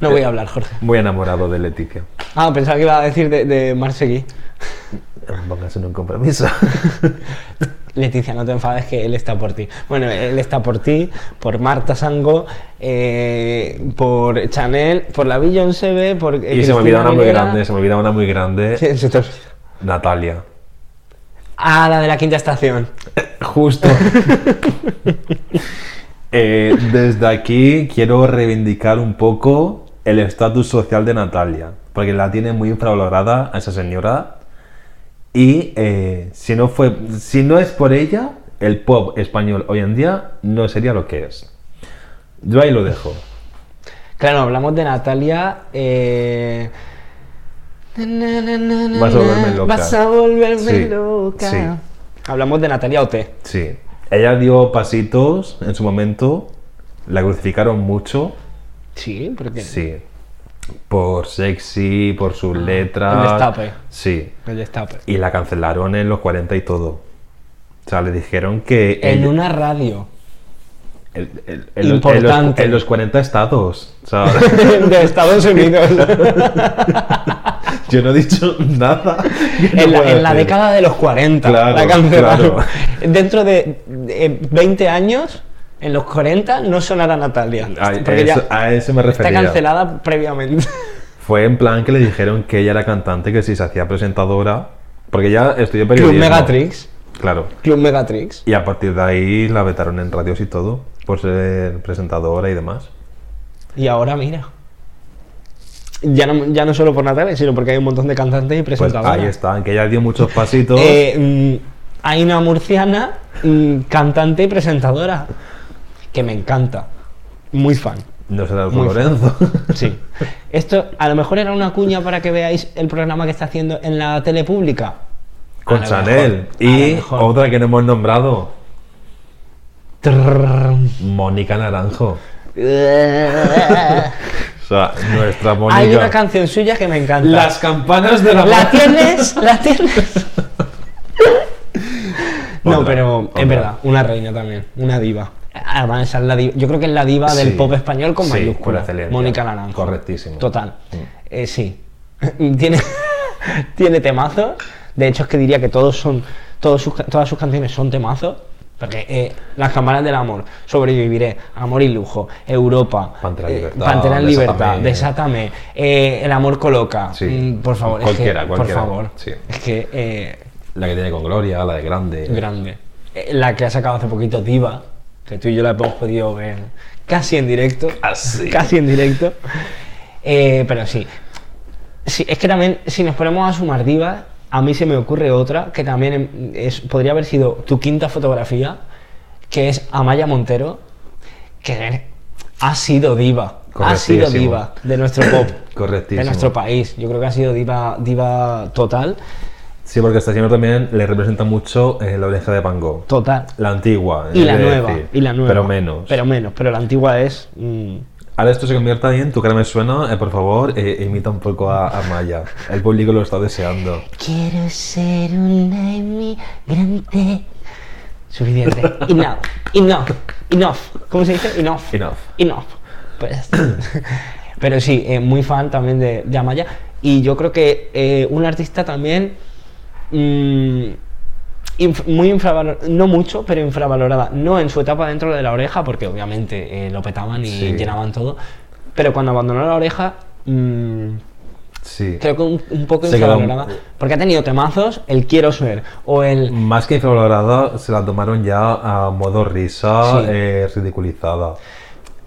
Speaker 2: No voy a hablar, Jorge.
Speaker 1: Muy enamorado de Leticia.
Speaker 2: Ah, pensaba que iba a decir de, de Marseguí.
Speaker 1: Póngase en un compromiso.
Speaker 2: Leticia, no te enfades que él está por ti. Bueno, él está por ti, por Marta Sango, eh, por Chanel, por la Beyoncé, B, por. eh,
Speaker 1: Y se me
Speaker 2: Cristina
Speaker 1: olvida una muy
Speaker 2: Aguilera.
Speaker 1: grande, se me olvida una muy grande.
Speaker 2: Sí, se te olvida.
Speaker 1: Natalia.
Speaker 2: Ah, la de la quinta estación.
Speaker 1: Justo. Eh, desde aquí quiero reivindicar un poco el estatus social de Natalia, porque la tiene muy infravalorada a esa señora. Y eh, si, no fue, si no es por ella, el pop español hoy en día no sería lo que es. Yo ahí lo dejo.
Speaker 2: Claro, hablamos de Natalia. eh, na, na, na, na,
Speaker 1: Vas a volverme
Speaker 2: na,
Speaker 1: loca.
Speaker 2: Vas a volverme
Speaker 1: Sí,
Speaker 2: loca.
Speaker 1: sí.
Speaker 2: Hablamos de Natalia Ote.
Speaker 1: Sí. Ella dio pasitos en su momento. La crucificaron mucho.
Speaker 2: Sí, porque.
Speaker 1: Sí. Por sexy, por sus letras.
Speaker 2: el Ah, destape.
Speaker 1: Sí.
Speaker 2: El destape.
Speaker 1: Y la cancelaron en los 40 y todo. O sea, le dijeron que.
Speaker 2: En
Speaker 1: ella-
Speaker 2: una radio.
Speaker 1: el- el- en los- En los,
Speaker 2: Importante.
Speaker 1: en los 40 estados. O sea,
Speaker 2: de Estados Unidos.
Speaker 1: yo no he dicho nada. que no
Speaker 2: en la,
Speaker 1: pueda
Speaker 2: en la
Speaker 1: decir.
Speaker 2: década de los 40.
Speaker 1: Claro,
Speaker 2: la cancelaron.
Speaker 1: claro.
Speaker 2: Dentro de, de 20 años, en los 40, no sonará Natalia.
Speaker 1: A,
Speaker 2: porque
Speaker 1: eso,
Speaker 2: ya
Speaker 1: a eso me
Speaker 2: está
Speaker 1: refería.
Speaker 2: cancelada previamente.
Speaker 1: Fue en plan que le dijeron que ella era cantante, que si se hacía presentadora. Porque ella estudió
Speaker 2: Club
Speaker 1: periodismo.
Speaker 2: Megatrix.
Speaker 1: Claro.
Speaker 2: Club Megatrix.
Speaker 1: Y a partir de ahí la vetaron en radios y todo, por ser presentadora y demás.
Speaker 2: Y ahora mira. Ya no, ya no solo por Natalia, sino porque hay un montón de cantantes y
Speaker 1: Pues
Speaker 2: presentadoras.
Speaker 1: ahí está, que ella dio muchos pasitos.
Speaker 2: Eh, mm, hay una murciana, mm, cantante y presentadora, que me encanta. Muy fan.
Speaker 1: no será por
Speaker 2: muy-
Speaker 1: Lorenzo.
Speaker 2: Sí. Esto a lo mejor era una cuña para que veáis el programa que está haciendo en la tele pública.
Speaker 1: Con
Speaker 2: A lo
Speaker 1: Chanel.
Speaker 2: mejor, a lo
Speaker 1: y
Speaker 2: mejor.
Speaker 1: otra que no hemos nombrado,
Speaker 2: Trrrrrm.
Speaker 1: Mónica Naranjo. O sea, nuestra Mónica.
Speaker 2: Hay una canción suya que me encanta.
Speaker 1: Las campanas de la
Speaker 2: ¿La tienes? ¿La tienes? no,
Speaker 1: Otra,
Speaker 2: pero
Speaker 1: otra.
Speaker 2: es verdad, una reina también, una diva. Además, esa es la diva- yo creo que es la diva
Speaker 1: Sí.
Speaker 2: del pop español con
Speaker 1: Sí, por
Speaker 2: mayúsculas.
Speaker 1: excelencia.
Speaker 2: Mónica Naranjo.
Speaker 1: Correctísimo.
Speaker 2: Total.
Speaker 1: Mm.
Speaker 2: Eh, sí. tiene, tiene temazos. De hecho, es que diría que todos son, todos sus, todas sus canciones son temazos. Porque eh, Las Campanas del Amor, Sobreviviré, Amor y Lujo, Europa,
Speaker 1: Pantera
Speaker 2: eh,
Speaker 1: Libertad,
Speaker 2: Pantera en Libertad,
Speaker 1: Desátame.
Speaker 2: Desátame, eh, El Amor Coloca.
Speaker 1: Sí.
Speaker 2: Mm, Por favor, es que-
Speaker 1: Cualquiera, cualquiera.
Speaker 2: Por favor.
Speaker 1: Sí.
Speaker 2: Es que eh,
Speaker 1: La que tiene con Gloria, la de Grande.
Speaker 2: grande. Eh, La que ha sacado hace poquito Diva, que tú y yo la hemos podido ver casi en directo.
Speaker 1: Casi.
Speaker 2: Casi en directo. Eh, pero sí. sí. Es que también, si nos ponemos a sumar Divas, a mí se me ocurre otra que también em, es, podría haber sido tu quinta fotografía, que es Amaya Montero, que ha sido Diva. Ha sido
Speaker 1: Correctísimo.
Speaker 2: Diva de nuestro pop.
Speaker 1: Correctísimo.
Speaker 2: De nuestro país. Yo creo que ha sido diva, diva total.
Speaker 1: Sí, porque esta señora también le representa mucho eh, la oreja de Van Gogh.
Speaker 2: Total.
Speaker 1: La antigua.
Speaker 2: Y
Speaker 1: es
Speaker 2: la
Speaker 1: de
Speaker 2: nueva,
Speaker 1: decir,
Speaker 2: y la nueva.
Speaker 1: Pero menos.
Speaker 2: Pero menos, pero la antigua es... mm,
Speaker 1: Ahora esto se convierta en tu cara me suena, eh, por favor, eh, imita un poco a, a Maya. El público lo está deseando.
Speaker 2: Quiero ser una inmigrante. Suficiente. Enough. Enough. Enough. ¿Cómo se dice? Enough.
Speaker 1: Enough.
Speaker 2: Enough. Pues. Pero sí, eh, muy fan también de, de Amaya. Y yo creo que eh, un artista también. mm, inf- muy infravalorada, no mucho, pero infravalorada. No en su etapa dentro de la oreja, porque obviamente eh, lo petaban y
Speaker 1: Sí.
Speaker 2: llenaban todo. Pero cuando abandonó la oreja. mm,
Speaker 1: Sí.
Speaker 2: creo que un, un poco
Speaker 1: Se quedó-
Speaker 2: infravalorada. Porque ha tenido temazos, el quiero ser, o el...
Speaker 1: Más que infravalorada, se la tomaron ya a modo risa,
Speaker 2: Sí.
Speaker 1: eh, ridiculizada.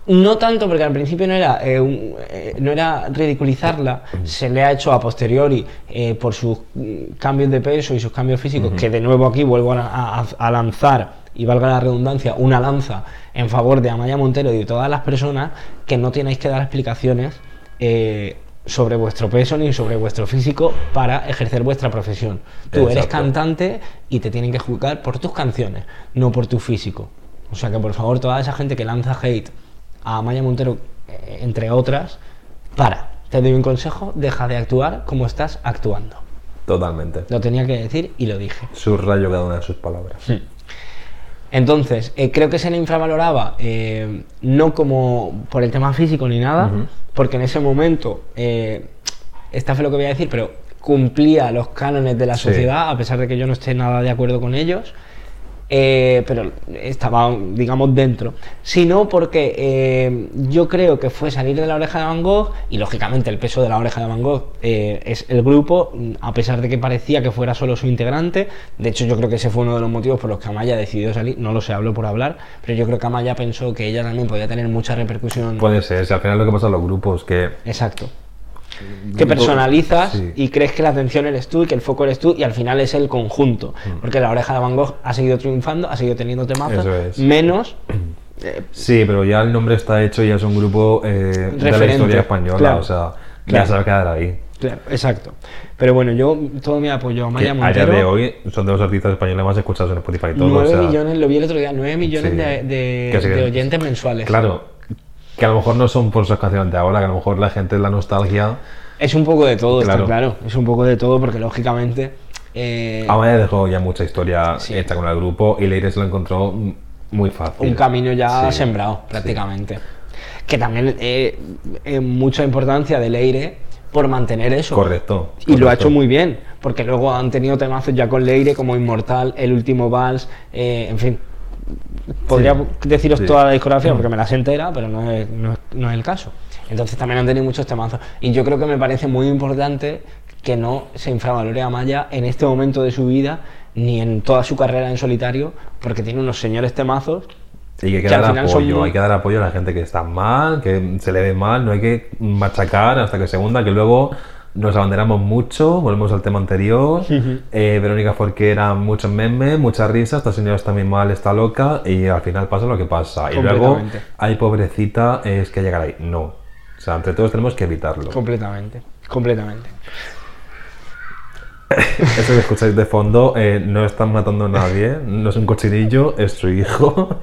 Speaker 2: No tanto porque al principio no era, eh, un- eh, no era ridiculizarla, se le ha hecho a posteriori eh, por sus mm, cambios de peso y sus cambios físicos, que de nuevo aquí vuelvo a, a- a lanzar, y valga la redundancia, una lanza en favor de Amaya Montero y de todas las personas que no tenéis que dar explicaciones eh, sobre vuestro peso ni sobre vuestro físico para ejercer vuestra profesión. Tú eres
Speaker 1: Exacto.
Speaker 2: cantante. cantante y te tienen que juzgar por tus canciones, no por tu físico. O sea que por favor, toda esa gente que lanza hate a Maya Montero, eh, entre otras, para. Te doy un consejo, deja de actuar como estás actuando.
Speaker 1: Totalmente.
Speaker 2: Lo tenía que decir y lo dije.
Speaker 1: Subrayo cada una de sus palabras.
Speaker 2: Entonces, eh, creo que se le infravaloraba eh, no como por el tema físico ni nada,
Speaker 1: Ujú.
Speaker 2: porque en ese momento, eh, esta fue lo que voy a decir, pero cumplía los cánones de la
Speaker 1: Sí.
Speaker 2: sociedad, a pesar de que yo no esté nada de acuerdo con ellos, eh, pero estaba, digamos, dentro. Sino porque eh, yo creo que fue salir de la oreja de Van Gogh, y lógicamente el peso de la oreja de Van Gogh eh, es el grupo, mm, a pesar de que parecía que fuera solo su integrante. De hecho, yo creo que ese fue uno de los motivos por los que Amaya decidió salir. No lo sé, hablo por hablar, pero yo creo que Amaya pensó que ella también podía tener mucha repercusión.
Speaker 1: Puede ser, si al final lo que pasa en los grupos, que
Speaker 2: Exacto. Que personalizas
Speaker 1: Sí.
Speaker 2: y crees que la atención eres tú y que el foco eres tú y al final es el
Speaker 1: Mm.
Speaker 2: conjunto. Porque la oreja de Van Gogh ha seguido triunfando, ha seguido teniendo temazos,
Speaker 1: Eso es.
Speaker 2: menos Eh,
Speaker 1: Sí, pero ya el nombre está hecho y ya es un grupo eh, de la
Speaker 2: Referente,
Speaker 1: historia española,
Speaker 2: claro,
Speaker 1: o sea, ya
Speaker 2: claro.
Speaker 1: se va a quedar ahí.
Speaker 2: claro, exacto. Pero bueno, yo todo mi apoyo a
Speaker 1: Que
Speaker 2: Amaya
Speaker 1: a día
Speaker 2: Montero.
Speaker 1: de hoy son de los artistas españoles más escuchados en Spotify y todo. o
Speaker 2: 9
Speaker 1: sea,
Speaker 2: millones, lo vi el otro día, 9 millones
Speaker 1: Sí.
Speaker 2: de, de-
Speaker 1: Que sí que-
Speaker 2: de oyentes mensuales.
Speaker 1: Claro, que a lo mejor no son por sus canciones de ahora, que a lo mejor la gente, la nostalgia,
Speaker 2: Es un poco de todo,
Speaker 1: Claro.
Speaker 2: está claro. Es un poco de todo porque lógicamente... eh,
Speaker 1: Amaya dejó ya mucha historia
Speaker 2: Sí.
Speaker 1: hecha con el grupo y Leire se lo encontró m- muy fácil.
Speaker 2: un camino ya
Speaker 1: Sí.
Speaker 2: sembrado prácticamente. Que también eh, eh, mucha importancia del aire por mantener eso.
Speaker 1: Correcto.
Speaker 2: Y lo ha
Speaker 1: correcto.
Speaker 2: hecho muy bien, porque luego han tenido temazos ya con Leire como Inmortal, El último Vals, eh, en fin. Podría deciros
Speaker 1: sí.
Speaker 2: toda la discografía porque me las entera, pero no es, no es- no es el caso. Entonces también han tenido muchos temazos. Y yo creo que me parece muy importante que no se infravalore a Maya en este momento de su vida, ni en toda su carrera en solitario, porque tiene unos señores temazos.
Speaker 1: Y hay que
Speaker 2: que al
Speaker 1: dar
Speaker 2: final son
Speaker 1: apoyo,
Speaker 2: muy-
Speaker 1: hay que dar apoyo a la gente que está mal, que se le ve mal, no hay que machacar hasta que se hunda, que luego nos abanderamos mucho, volvemos al tema anterior. Eh, Verónica Forquera, muchos memes, muchas risas, Estados Unidos también mal, está loca, y al final pasa lo que pasa. Y luego,
Speaker 2: Completamente.
Speaker 1: ay pobrecita, es que llegar ahí. No. O sea, entre todos tenemos que evitarlo.
Speaker 2: Completamente, completamente.
Speaker 1: Eso que escucháis de fondo, eh, no están matando a nadie, no es un cochinillo, es su hijo.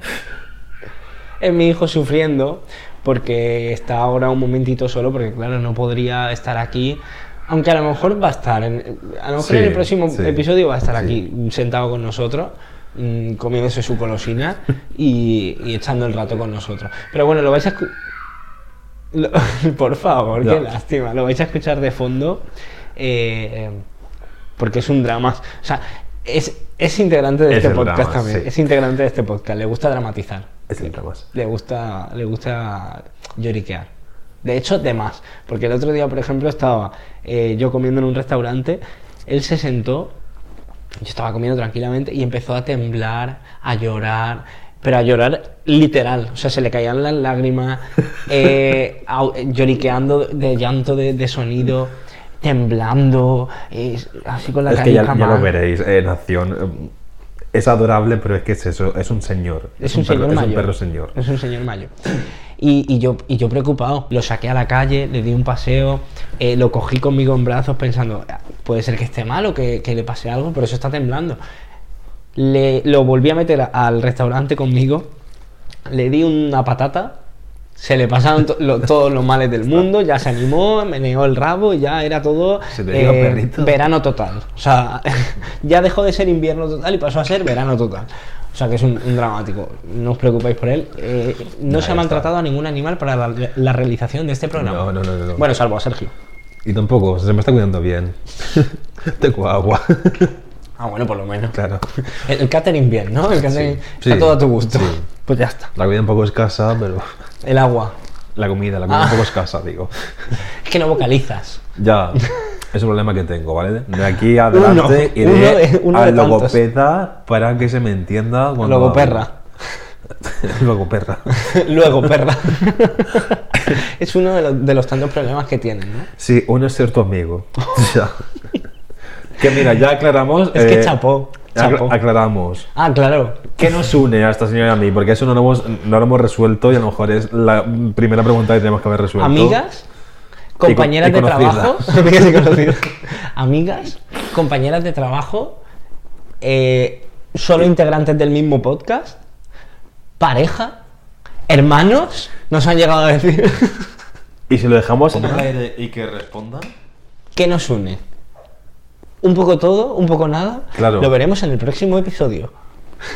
Speaker 2: es mi hijo sufriendo porque está ahora un momentito solo porque claro no podría estar aquí aunque a lo mejor va a estar en, a lo mejor en
Speaker 1: Sí,
Speaker 2: el próximo
Speaker 1: sí,
Speaker 2: episodio va a estar
Speaker 1: sí.
Speaker 2: aquí sentado con nosotros mm, comiéndose su colosina y, y echando el rato con nosotros pero bueno lo vais a escu- lo- por favor
Speaker 1: Ya.
Speaker 2: qué lástima lo vais a escuchar de fondo eh, eh, porque es un drama o sea es, es integrante de
Speaker 1: Es
Speaker 2: este
Speaker 1: el
Speaker 2: podcast
Speaker 1: drama,
Speaker 2: también
Speaker 1: sí.
Speaker 2: es integrante de este podcast le gusta dramatizar
Speaker 1: Es el más.
Speaker 2: le gusta, le gusta lloriquear. De hecho, de más. Porque el otro día, por ejemplo, estaba eh, yo comiendo en un restaurante, él se sentó, yo estaba comiendo tranquilamente y empezó a temblar, a llorar, pero a llorar literal. O sea, se le caían las lágrimas, eh, au- lloriqueando de llanto de, de sonido, temblando, eh, así con la
Speaker 1: es que ya,
Speaker 2: carica
Speaker 1: ya lo
Speaker 2: mal.
Speaker 1: veréis en acción. Es adorable, pero es que es eso, es un señor.
Speaker 2: Es un,
Speaker 1: perro,
Speaker 2: señor mayor.
Speaker 1: Es un perro señor.
Speaker 2: Es un señor mayor. Y, y yo, y yo preocupado, lo saqué a la calle, le di un paseo, eh, lo cogí conmigo en brazos pensando, "Ah, puede ser que esté mal o que, que le pase algo, pero eso está temblando. Le, lo volví a meter a- al restaurante conmigo, le di una patata, se le pasaron to- lo- todos los males del mundo, ya se animó, meneó el rabo y ya era todo eh,
Speaker 1: Se te dio perrito.
Speaker 2: verano total. O sea, ya dejó de ser invierno total y pasó a ser verano total. O sea que es un, un dramático, no os preocupéis por él. Eh, no
Speaker 1: Nah,
Speaker 2: se
Speaker 1: ya
Speaker 2: ha maltratado
Speaker 1: está.
Speaker 2: a ningún animal para la, la realización de este programa.
Speaker 1: No, no, no, no, no.
Speaker 2: Bueno, salvo a Sergio.
Speaker 1: Y tampoco, se me está cuidando bien. Tengo agua.
Speaker 2: Ah, bueno, por lo menos.
Speaker 1: claro.
Speaker 2: El, el catering bien, ¿no? El catering está
Speaker 1: sí,
Speaker 2: todo a tu gusto.
Speaker 1: sí.
Speaker 2: Pues ya está.
Speaker 1: La comida un poco escasa, pero.
Speaker 2: El agua.
Speaker 1: La comida, la comida
Speaker 2: Ah.
Speaker 1: un poco escasa, digo.
Speaker 2: Es que no vocalizas.
Speaker 1: Ya. Es un problema que tengo, ¿vale? De aquí adelante
Speaker 2: Uno, uno de-
Speaker 1: iré
Speaker 2: uno de
Speaker 1: al
Speaker 2: tantos.
Speaker 1: logopeda para que se me entienda. cuando
Speaker 2: Luego
Speaker 1: hablo.
Speaker 2: perra.
Speaker 1: logoperra.
Speaker 2: Luego perra. es uno de los, de los tantos problemas que tienen, ¿no?
Speaker 1: Sí, uno es cierto amigo. O sea, que mira, ya aclaramos. eh,
Speaker 2: Es que chapó,
Speaker 1: acla-
Speaker 2: chapó.
Speaker 1: Aclaramos.
Speaker 2: Ah, claro.
Speaker 1: ¿Qué nos une a esta señora y a mí? Porque eso no lo, hemos, no lo hemos resuelto y a lo mejor es la primera pregunta que tenemos que haber resuelto.
Speaker 2: Amigas,
Speaker 1: con-
Speaker 2: compañeras
Speaker 1: y
Speaker 2: de
Speaker 1: conocidas.
Speaker 2: trabajo. Amigas y conocidas. Amigas, compañeras de trabajo, eh, solo integrantes del mismo podcast, pareja, hermanos, nos han llegado a decir.
Speaker 1: Y si lo dejamos en
Speaker 3: y que responda.
Speaker 2: ¿Qué nos une? Un poco todo, un poco nada.
Speaker 1: Claro.
Speaker 2: Lo veremos en el próximo episodio.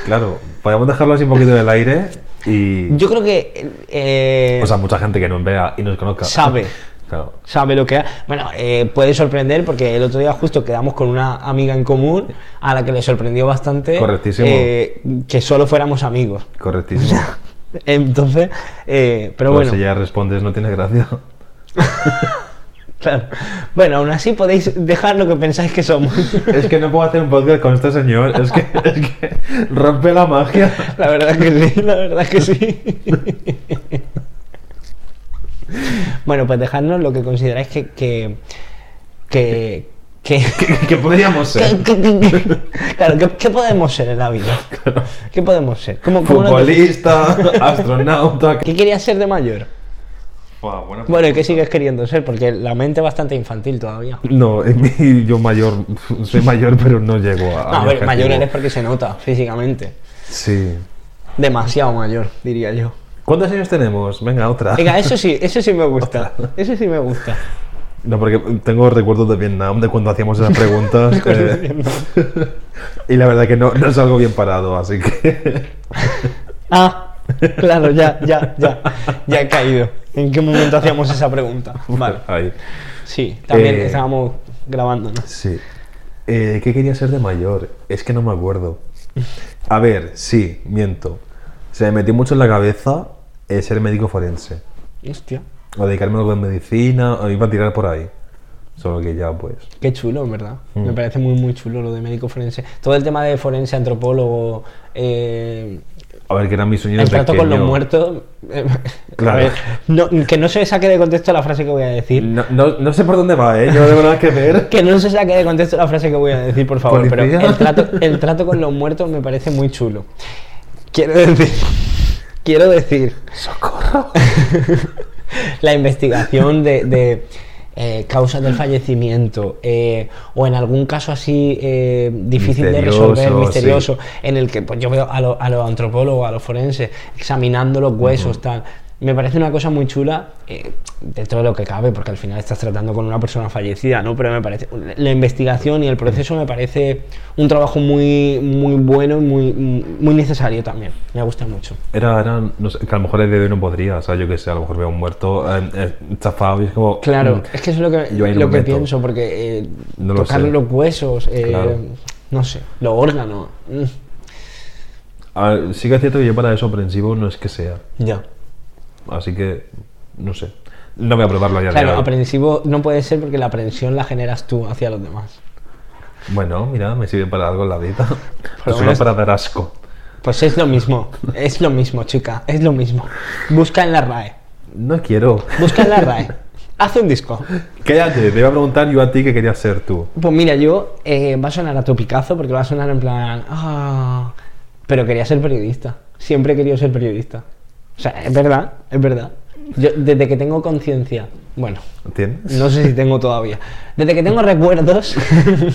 Speaker 1: Claro, podemos dejarlo así un poquito en el aire y.
Speaker 2: Yo creo que eh,
Speaker 1: O sea, mucha gente que nos vea y nos conozca.
Speaker 2: Sabe.
Speaker 1: Claro.
Speaker 2: sabe lo que ha- Bueno, eh, puede sorprender porque el otro día justo quedamos con una amiga en común a la que le sorprendió bastante
Speaker 1: Correctísimo.
Speaker 2: eh, que solo fuéramos amigos.
Speaker 1: Correctísimo.
Speaker 2: Entonces, eh, pero
Speaker 1: Pero
Speaker 2: bueno,
Speaker 1: Si Pues ya respondes, no tiene gracia.
Speaker 2: claro. bueno, aún así podéis dejar lo que pensáis que somos.
Speaker 1: Es que no puedo hacer un podcast con este señor. Es que, es que rompe la magia.
Speaker 2: la verdad que sí, la verdad que sí. bueno, pues dejadnos lo que consideráis que, que, que, ¿Qué,
Speaker 1: ¿Qué, qué podríamos ser?
Speaker 2: qué- qué- qué- claro, ¿qué, qué podemos ser en la vida? ¿Qué podemos ser? ¿Cómo, cómo nos-
Speaker 1: Futbolista, astronauta.
Speaker 2: ¿Qué querías ser de mayor?
Speaker 1: Buah, buena
Speaker 2: Bueno, ¿y qué
Speaker 1: pregunta.
Speaker 2: sigues queriendo ser? Porque la mente es bastante infantil todavía.
Speaker 1: No, yo mayor, soy mayor, pero no llego a.
Speaker 2: No, a
Speaker 1: mi
Speaker 2: ver, Ah, mayor
Speaker 1: Ah, objetivo.
Speaker 2: eres porque se nota físicamente.
Speaker 1: Sí.
Speaker 2: Demasiado mayor, diría yo.
Speaker 1: ¿Cuántos años tenemos? Venga, otra.
Speaker 2: Venga, eh. eso sí, eso sí me gusta. Eso sí me gusta.
Speaker 1: No, porque tengo recuerdos de Vietnam, de cuando hacíamos esas preguntas. eh, y la verdad que no, no salgo bien parado, así que.
Speaker 2: Ah, claro, ya, ya, ya. Ya he caído. ¿En qué momento hacíamos esa pregunta? Vale.
Speaker 1: Ahí.
Speaker 2: Sí, también
Speaker 1: Eh,
Speaker 2: estábamos grabándonos.
Speaker 1: Sí. Eh, ¿Qué quería ser de mayor? Es que no me acuerdo. A ver, sí, miento. Se me metió mucho en la cabeza eh, ser médico forense.
Speaker 2: Hostia,
Speaker 1: O dedicarme a algo de medicina, o iba a tirar por ahí. Solo que ya, pues.
Speaker 2: qué chulo, en verdad.
Speaker 1: Mm.
Speaker 2: Me parece muy, muy chulo lo de médico forense. Todo el tema de forense, antropólogo, eh,
Speaker 1: A ver, que eran mis sueños
Speaker 2: el
Speaker 1: de
Speaker 2: trato con los
Speaker 1: pequeño.
Speaker 2: muertos. eh,
Speaker 1: Claro.
Speaker 2: a ver, no- que no se saque de contexto la frase que voy a decir.
Speaker 1: No, no, no sé por dónde va, ¿eh? Yo no tengo nada que ver.
Speaker 2: Que no se saque de contexto la frase que voy a decir, por favor,
Speaker 1: Policía.
Speaker 2: pero el trato, el trato con los muertos me parece muy chulo. Quiero decir, quiero decir,
Speaker 1: ¡Socorro!
Speaker 2: la investigación de, de, eh, causas del fallecimiento eh, o en algún caso así eh, difícil
Speaker 1: Misterioso,
Speaker 2: de resolver,
Speaker 1: sí.
Speaker 2: misterioso, en el que pues, yo veo a, lo- a los antropólogos, a los forenses examinando los huesos, tal. Me parece una cosa muy chula eh, dentro de lo que cabe, porque al final estás tratando con una persona fallecida, ¿no? Pero me parece la investigación y el proceso me parece un trabajo muy muy bueno y muy muy necesario también. Me gusta mucho.
Speaker 1: Era, era, no sé, que a lo mejor el de hoy no podría, o sea, yo qué sé, a lo mejor veo un muerto eh, eh, chafado y es como...
Speaker 2: Claro,
Speaker 1: mm,
Speaker 2: es que eso es lo que,
Speaker 1: Yo ahí no
Speaker 2: lo
Speaker 1: me
Speaker 2: que
Speaker 1: meto.
Speaker 2: pienso, porque eh,
Speaker 1: No lo
Speaker 2: tocar
Speaker 1: sé.
Speaker 2: los huesos, eh,
Speaker 1: Claro.
Speaker 2: no sé, los órganos. mm,
Speaker 1: a ver, sí que es cierto que yo para eso aprensivo no es que sea,
Speaker 2: Ya.
Speaker 1: así que, no sé, no voy a probarlo ya.
Speaker 2: Claro, aprensivo no puede ser porque la aprensión la generas tú hacia los demás.
Speaker 1: Bueno, mira, me sirve para algo en la vida,
Speaker 2: lo
Speaker 1: pero solo
Speaker 2: menos-
Speaker 1: para dar asco.
Speaker 2: Pues es lo mismo, es lo mismo, chica, es lo mismo. Busca en la RAE,
Speaker 1: No quiero.
Speaker 2: busca en la RAE, haz un disco.
Speaker 1: Cállate, te iba a preguntar yo a ti qué querías ser tú.
Speaker 2: Pues mira, yo eh, va a sonar a topicazo porque va a sonar en plan. "Ah", pero quería ser periodista. Siempre he querido ser periodista. O sea, es verdad, es verdad. Yo, desde que tengo conciencia, bueno,
Speaker 1: ¿Entiendes?
Speaker 2: no sé si tengo todavía. Desde que tengo recuerdos,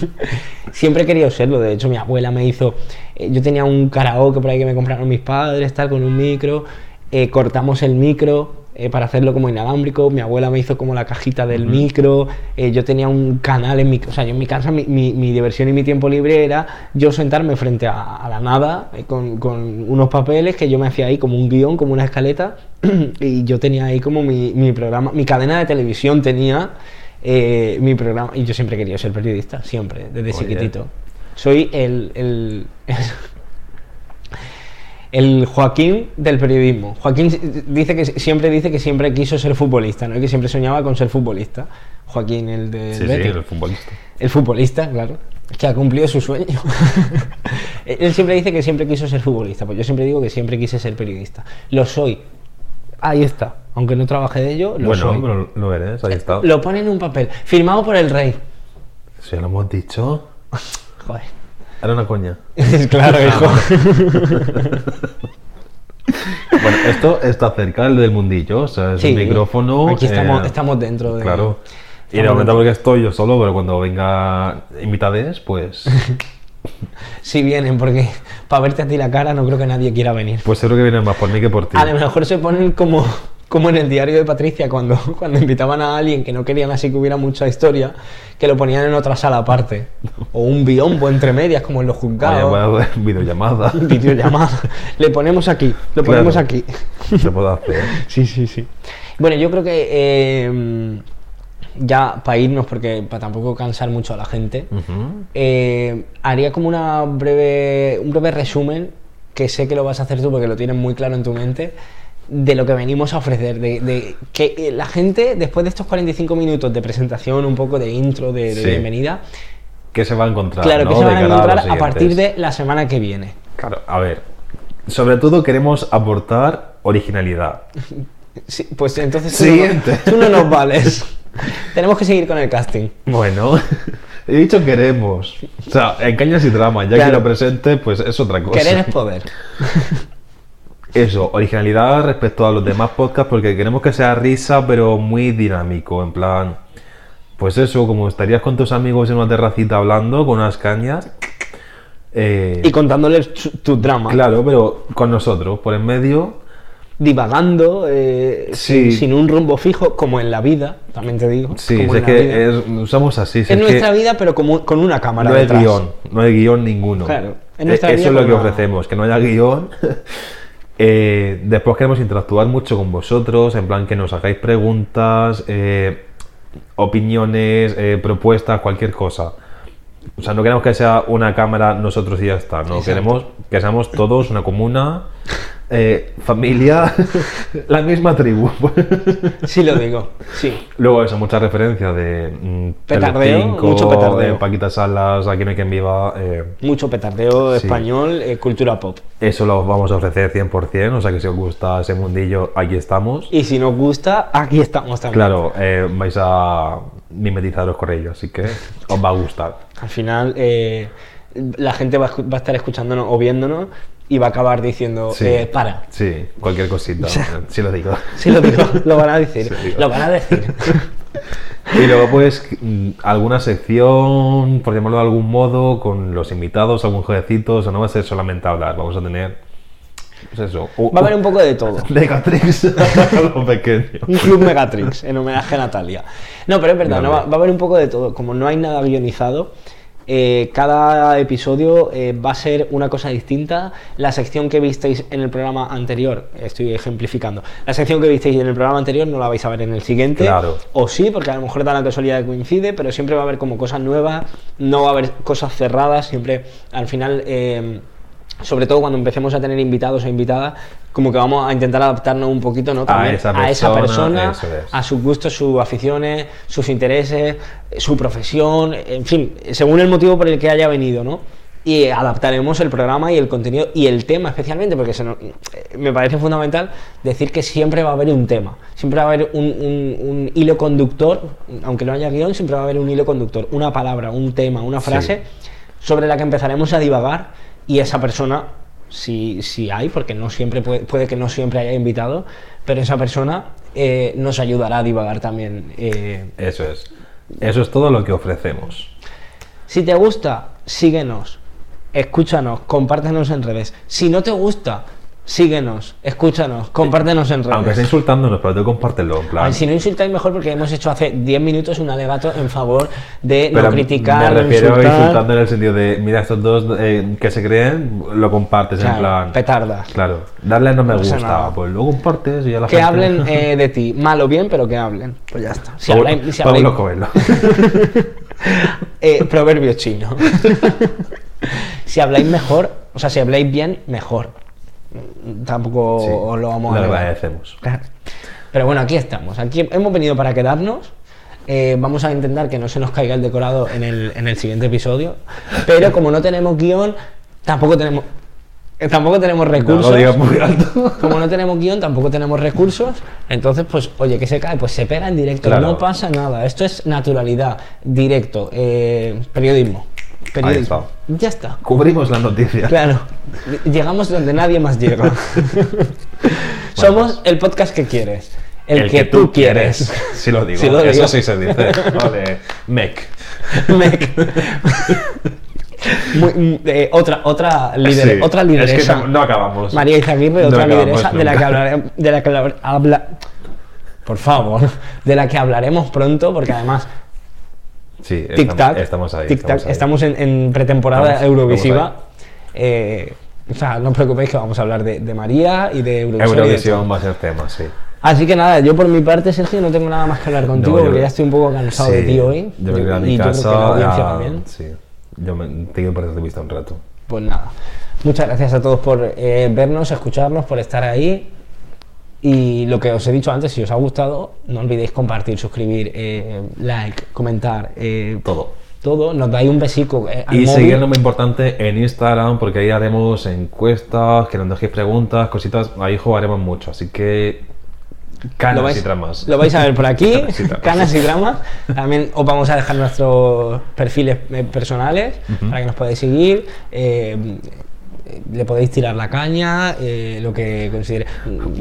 Speaker 2: siempre he querido serlo. De hecho, mi abuela me hizo. eh, yo tenía un karaoke por ahí que me compraron mis padres, tal, con un micro. eh, cortamos el micro eh, para hacerlo como inalámbrico. Mi abuela me hizo como la cajita del micro. eh, yo tenía un canal en mi. O sea, yo en mi casa, mi, mi- mi diversión y mi tiempo libre era yo sentarme frente a, a la nada eh, con, con unos papeles que yo me hacía ahí como un guión, como una escaleta. y yo tenía ahí como mi, mi programa, mi cadena de televisión tenía eh, mi programa. Y yo siempre quería ser periodista, siempre, desde
Speaker 1: Oye.
Speaker 2: chiquitito. Soy el. el el Joaquín del periodismo. Joaquín s- dice que s- siempre dice que siempre quiso ser futbolista, ¿no? Y que siempre soñaba con ser futbolista. Joaquín, el de
Speaker 1: Sí, sí, el futbolista.
Speaker 2: el futbolista, claro. Es que ha cumplido su sueño. Él siempre dice que siempre quiso ser futbolista. Pues yo siempre digo que siempre quise ser periodista. Lo soy. Ahí está. Aunque no trabajé de ello, lo
Speaker 1: bueno,
Speaker 2: soy. Eh,
Speaker 1: pero lo eres, ahí está.
Speaker 2: Lo pone en un papel. Firmado por el rey.
Speaker 1: Si ya lo hemos dicho,
Speaker 2: Joder.
Speaker 1: era una coña.
Speaker 2: claro, hijo.
Speaker 1: Bueno, esto está cerca del del mundillo, o sea, es
Speaker 2: Sí,
Speaker 1: un micrófono.
Speaker 2: Aquí estamos,
Speaker 1: eh,
Speaker 2: estamos dentro de.
Speaker 1: Claro. Y de
Speaker 2: estamos
Speaker 1: momento
Speaker 2: dentro.
Speaker 1: porque estoy yo solo, pero cuando venga invitades, pues,
Speaker 2: Si vienen, porque para verte a ti la cara no creo que nadie quiera venir.
Speaker 1: pues seguro que vienen más por mí que por ti.
Speaker 2: A lo mejor se ponen como, como en el diario de Patricia, cuando, cuando invitaban a alguien que no querían así que hubiera mucha historia, que lo ponían en otra sala aparte. O un biombo entre medias, como en los
Speaker 1: Vaya,
Speaker 2: juzgados.
Speaker 1: buena videollamada.
Speaker 2: Videollamada. Le ponemos aquí,
Speaker 1: Claro.
Speaker 2: lo ponemos aquí.
Speaker 1: Se puede hacer.
Speaker 2: Sí, sí, sí. Bueno, yo creo que eh, ya para irnos, porque para tampoco cansar mucho a la gente,
Speaker 1: Ujú.
Speaker 2: eh, haría como una breve, un breve resumen, que sé que lo vas a hacer tú porque lo tienes muy claro en tu mente, de lo que venimos a ofrecer, de, de que eh, la gente, después de estos 45 minutos de presentación, un poco de intro, de, de
Speaker 1: Sí.
Speaker 2: bienvenida,
Speaker 1: ¿Qué se va a encontrar?
Speaker 2: claro,
Speaker 1: ¿no?
Speaker 2: que se
Speaker 1: De
Speaker 2: van a
Speaker 1: cara
Speaker 2: encontrar
Speaker 1: los
Speaker 2: a partir
Speaker 1: siguientes.
Speaker 2: de la semana que viene.
Speaker 1: Claro, a ver. Sobre todo queremos aportar originalidad.
Speaker 2: Sí, pues entonces tú no-
Speaker 1: Siguiente.
Speaker 2: tú no nos vales. Tenemos que seguir con el casting.
Speaker 1: Bueno, He dicho queremos. O sea, en cañas y drama. Ya que
Speaker 2: Claro.
Speaker 1: lo presente, pues es otra cosa.
Speaker 2: Querer es poder.
Speaker 1: Eso, originalidad respecto a los demás podcasts, porque queremos que sea risa, pero muy dinámico. En plan, pues eso, como estarías con tus amigos en una terracita hablando, con unas cañas. eh,
Speaker 2: Y contándoles su- tus dramas.
Speaker 1: claro, pero con nosotros, por en medio.
Speaker 2: Divagando, eh,
Speaker 1: Sí.
Speaker 2: sin, sin un rumbo fijo, como en la vida, también te digo.
Speaker 1: Sí,
Speaker 2: como
Speaker 1: si es
Speaker 2: en la
Speaker 1: que
Speaker 2: vida.
Speaker 1: es- somos así. si
Speaker 2: Es
Speaker 1: es que
Speaker 2: nuestra vida, pero como, con una cámara
Speaker 1: no hay
Speaker 2: detrás.
Speaker 1: guión, no hay guión ninguno.
Speaker 2: Claro, en pues
Speaker 1: Eh,
Speaker 2: nuestra
Speaker 1: Eso
Speaker 2: vida
Speaker 1: es lo que
Speaker 2: como-
Speaker 1: ofrecemos, que no haya guión. Eh, después queremos interactuar mucho con vosotros, en plan que nos hagáis preguntas, eh, opiniones, eh, propuestas, cualquier cosa. O sea, no queremos que sea una cámara nosotros y ya está, no
Speaker 2: Exacto.
Speaker 1: queremos que seamos todos una comuna, eh, familia, la misma tribu.
Speaker 2: Sí lo digo, sí.
Speaker 1: Luego eso, muchas referencias de mm,
Speaker 2: Petardeo,
Speaker 1: Telecinco,
Speaker 2: mucho
Speaker 1: de
Speaker 2: petardeo.
Speaker 1: Paquita Salas, Aquí no hay quien viva. eh,
Speaker 2: Mucho petardeo
Speaker 1: Sí.
Speaker 2: español, eh, cultura pop.
Speaker 1: eso lo vamos a ofrecer 100%, o sea que si os gusta ese mundillo, aquí estamos.
Speaker 2: Y si nos gusta, aquí estamos también.
Speaker 1: Claro, eh, vais a mimetizaros con ello, así que os va a gustar.
Speaker 2: Al final, eh, la gente va, a escu- va a estar escuchándonos o viéndonos y va a acabar diciendo,
Speaker 1: Sí.
Speaker 2: eh, para.
Speaker 1: Sí, cualquier cosita, sí lo digo.
Speaker 2: Sí lo digo, lo van a decir,
Speaker 1: Sí, digo.
Speaker 2: lo van a decir.
Speaker 1: Y luego pues mm, alguna sección, por llamarlo de algún modo, con los invitados, algún jueguecito, o sea, no va a ser solamente hablar, vamos a tener... Pues eso. u-
Speaker 2: Va a haber un poco de todo.
Speaker 1: Legatrix lo pequeño.
Speaker 2: Un club Megatrix en homenaje a Natalia. No, pero es verdad,
Speaker 1: Vale.
Speaker 2: no, va, va a haber un poco de todo. Como no hay nada guionizado, eh, cada episodio eh, va a ser una cosa distinta. La sección que visteis en el programa anterior, estoy ejemplificando, la sección que visteis en el programa anterior no la vais a ver en el siguiente.
Speaker 1: Claro.
Speaker 2: O sí, porque a lo mejor da la casualidad que coincide, pero siempre va a haber como cosas nuevas, no va a haber cosas cerradas, siempre al final, eh, sobre todo cuando empecemos a tener invitados e invitadas, como que vamos a intentar adaptarnos un poquito, ¿no? también
Speaker 1: esa persona,
Speaker 2: persona,
Speaker 1: eso es.
Speaker 2: a sus gustos, sus aficiones, sus intereses, su profesión, en fin, según el motivo por el que haya venido, ¿no? Y adaptaremos el programa y el contenido y el tema especialmente, porque se nos- eh, me parece fundamental decir que siempre va a haber un tema, siempre va a haber un, un- un hilo conductor, aunque no haya guión, siempre va a haber un hilo conductor, una palabra, un tema, una frase sobre la que empezaremos a divagar y esa persona, si, si hay, porque no siempre puede, puede que no siempre haya invitado, pero esa persona eh, nos ayudará a divagar también. eh.
Speaker 1: Eso es. Eso es todo lo que ofrecemos.
Speaker 2: Si te gusta, síguenos, escúchanos, compártenos en redes. Si no te gusta, síguenos, escúchanos, compártenos en
Speaker 1: Aunque esté
Speaker 2: redes.
Speaker 1: insultándonos, pero tú compártelo, en plan.
Speaker 2: Ay, si no insultáis mejor porque hemos hecho hace 10 minutos un alegato en favor de
Speaker 1: pero
Speaker 2: no criticar,
Speaker 1: me
Speaker 2: no
Speaker 1: refiero a
Speaker 2: insultar.
Speaker 1: insultando en el sentido de, mira, estos dos eh, que se creen, lo compartes, en
Speaker 2: Claro,
Speaker 1: plan.
Speaker 2: petardas.
Speaker 1: Claro, darle no me
Speaker 2: No pasa
Speaker 1: gusta,
Speaker 2: nada.
Speaker 1: pues lo compartes y ya la
Speaker 2: Que
Speaker 1: gente-
Speaker 2: hablen eh, de ti, mal o bien, pero que hablen. Pues ya está. Si
Speaker 1: Pablo-
Speaker 2: habláis- si habláis-
Speaker 1: Pablo Coelho.
Speaker 2: Eh, proverbio chino. si habláis mejor, o sea, si habláis bien, mejor. Tampoco
Speaker 1: Sí,
Speaker 2: os lo vamos a
Speaker 1: lo
Speaker 2: negar.
Speaker 1: agradecemos.
Speaker 2: Claro. Pero bueno, aquí estamos. Aquí hemos venido para quedarnos. Eh, vamos a intentar que no se nos caiga el decorado en el, en el siguiente episodio. Pero como no tenemos guión, tampoco tenemos. eh, Tampoco tenemos
Speaker 1: No
Speaker 2: recursos.
Speaker 1: lo digas muy alto.
Speaker 2: Como no tenemos guión, tampoco tenemos recursos. Entonces, pues, oye, que se cae, pues se pega en directo.
Speaker 1: Claro.
Speaker 2: No pasa nada. Esto es naturalidad, directo, eh, periodismo.
Speaker 1: está.
Speaker 2: periodismo. Ya está.
Speaker 1: Cubrimos la noticia.
Speaker 2: Claro. Llegamos donde nadie más llega. Somos
Speaker 1: pues.
Speaker 2: el podcast que quieres. El, que, tú quieres.
Speaker 1: Sí lo digo.
Speaker 2: Sí lo
Speaker 1: Eso
Speaker 2: digo.
Speaker 1: sí se dice. Vale. Mec.
Speaker 2: Me- Muy- mm, eh, otra, otra líder,
Speaker 1: Sí.
Speaker 2: otra
Speaker 1: Es que
Speaker 2: lideresa.
Speaker 1: no, no acabamos.
Speaker 2: María Izaguirre,
Speaker 1: No
Speaker 2: otra
Speaker 1: acabamos
Speaker 2: lideresa de la que
Speaker 1: nunca.
Speaker 2: hablaremos, de la que hablar- habla, por favor, de la que hablaremos pronto, porque además
Speaker 1: Sí,
Speaker 2: tic
Speaker 1: estamos,
Speaker 2: tac,
Speaker 1: estamos ahí.
Speaker 2: tic tac,
Speaker 1: ahí.
Speaker 2: estamos, en, en pretemporada
Speaker 1: Estamos-
Speaker 2: Eurovisiva.
Speaker 1: estamos
Speaker 2: Eh, o sea, no os preocupéis que vamos a hablar de, de María y de Eurovisión. y de
Speaker 1: Eurovisión
Speaker 2: todo.
Speaker 1: va a ser tema, sí.
Speaker 2: Así que nada, yo por mi parte, Sergio, no tengo nada más que hablar contigo
Speaker 1: No, yo-
Speaker 2: porque ya estoy un poco cansado de
Speaker 1: Sí,
Speaker 2: ti hoy.
Speaker 1: Yo me
Speaker 2: y
Speaker 1: voy a mi
Speaker 2: yo creo que
Speaker 1: casa.
Speaker 2: la audiencia
Speaker 1: a-
Speaker 2: también.
Speaker 1: ah, Sí. Yo me tengo que perder de vista un rato.
Speaker 2: Pues nada. Muchas gracias a todos por eh, vernos, escucharnos, por estar ahí. Y lo que os he dicho antes, si os ha gustado, no olvidéis compartir, suscribir, eh, like, comentar, eh,
Speaker 1: Todo.
Speaker 2: todo. Nos dais un besico eh, al
Speaker 1: Y
Speaker 2: móvil.
Speaker 1: seguirnos muy importante en Instagram porque ahí haremos encuestas, que nos dejéis preguntas, cositas. Ahí jugaremos mucho. Así que Canas
Speaker 2: lo vais,
Speaker 1: y tramas.
Speaker 2: Lo vais a ver por aquí,
Speaker 1: Canas y tramas.
Speaker 2: canas y dramas. También os vamos a dejar nuestros perfiles eh, personales
Speaker 1: Ujú.
Speaker 2: para que nos podáis seguir. eh, le podéis tirar la caña, eh, lo que considere.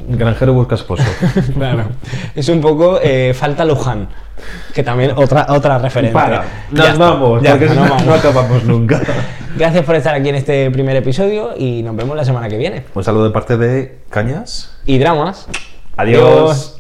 Speaker 1: Granjero busca esposo.
Speaker 2: Claro. Es un poco eh, falta Luján, que también otra otra referencia.
Speaker 1: Para,
Speaker 2: Ya
Speaker 1: nos
Speaker 2: está,
Speaker 1: vamos,
Speaker 2: ya
Speaker 1: porque
Speaker 2: está,
Speaker 1: si
Speaker 2: nos
Speaker 1: no, no
Speaker 2: vamos.
Speaker 1: acabamos nunca.
Speaker 2: Gracias por estar aquí en este primer episodio y nos vemos la semana que viene.
Speaker 1: Un saludo de parte de Cañas.
Speaker 2: Y dramas.
Speaker 1: Adiós.
Speaker 2: Adiós.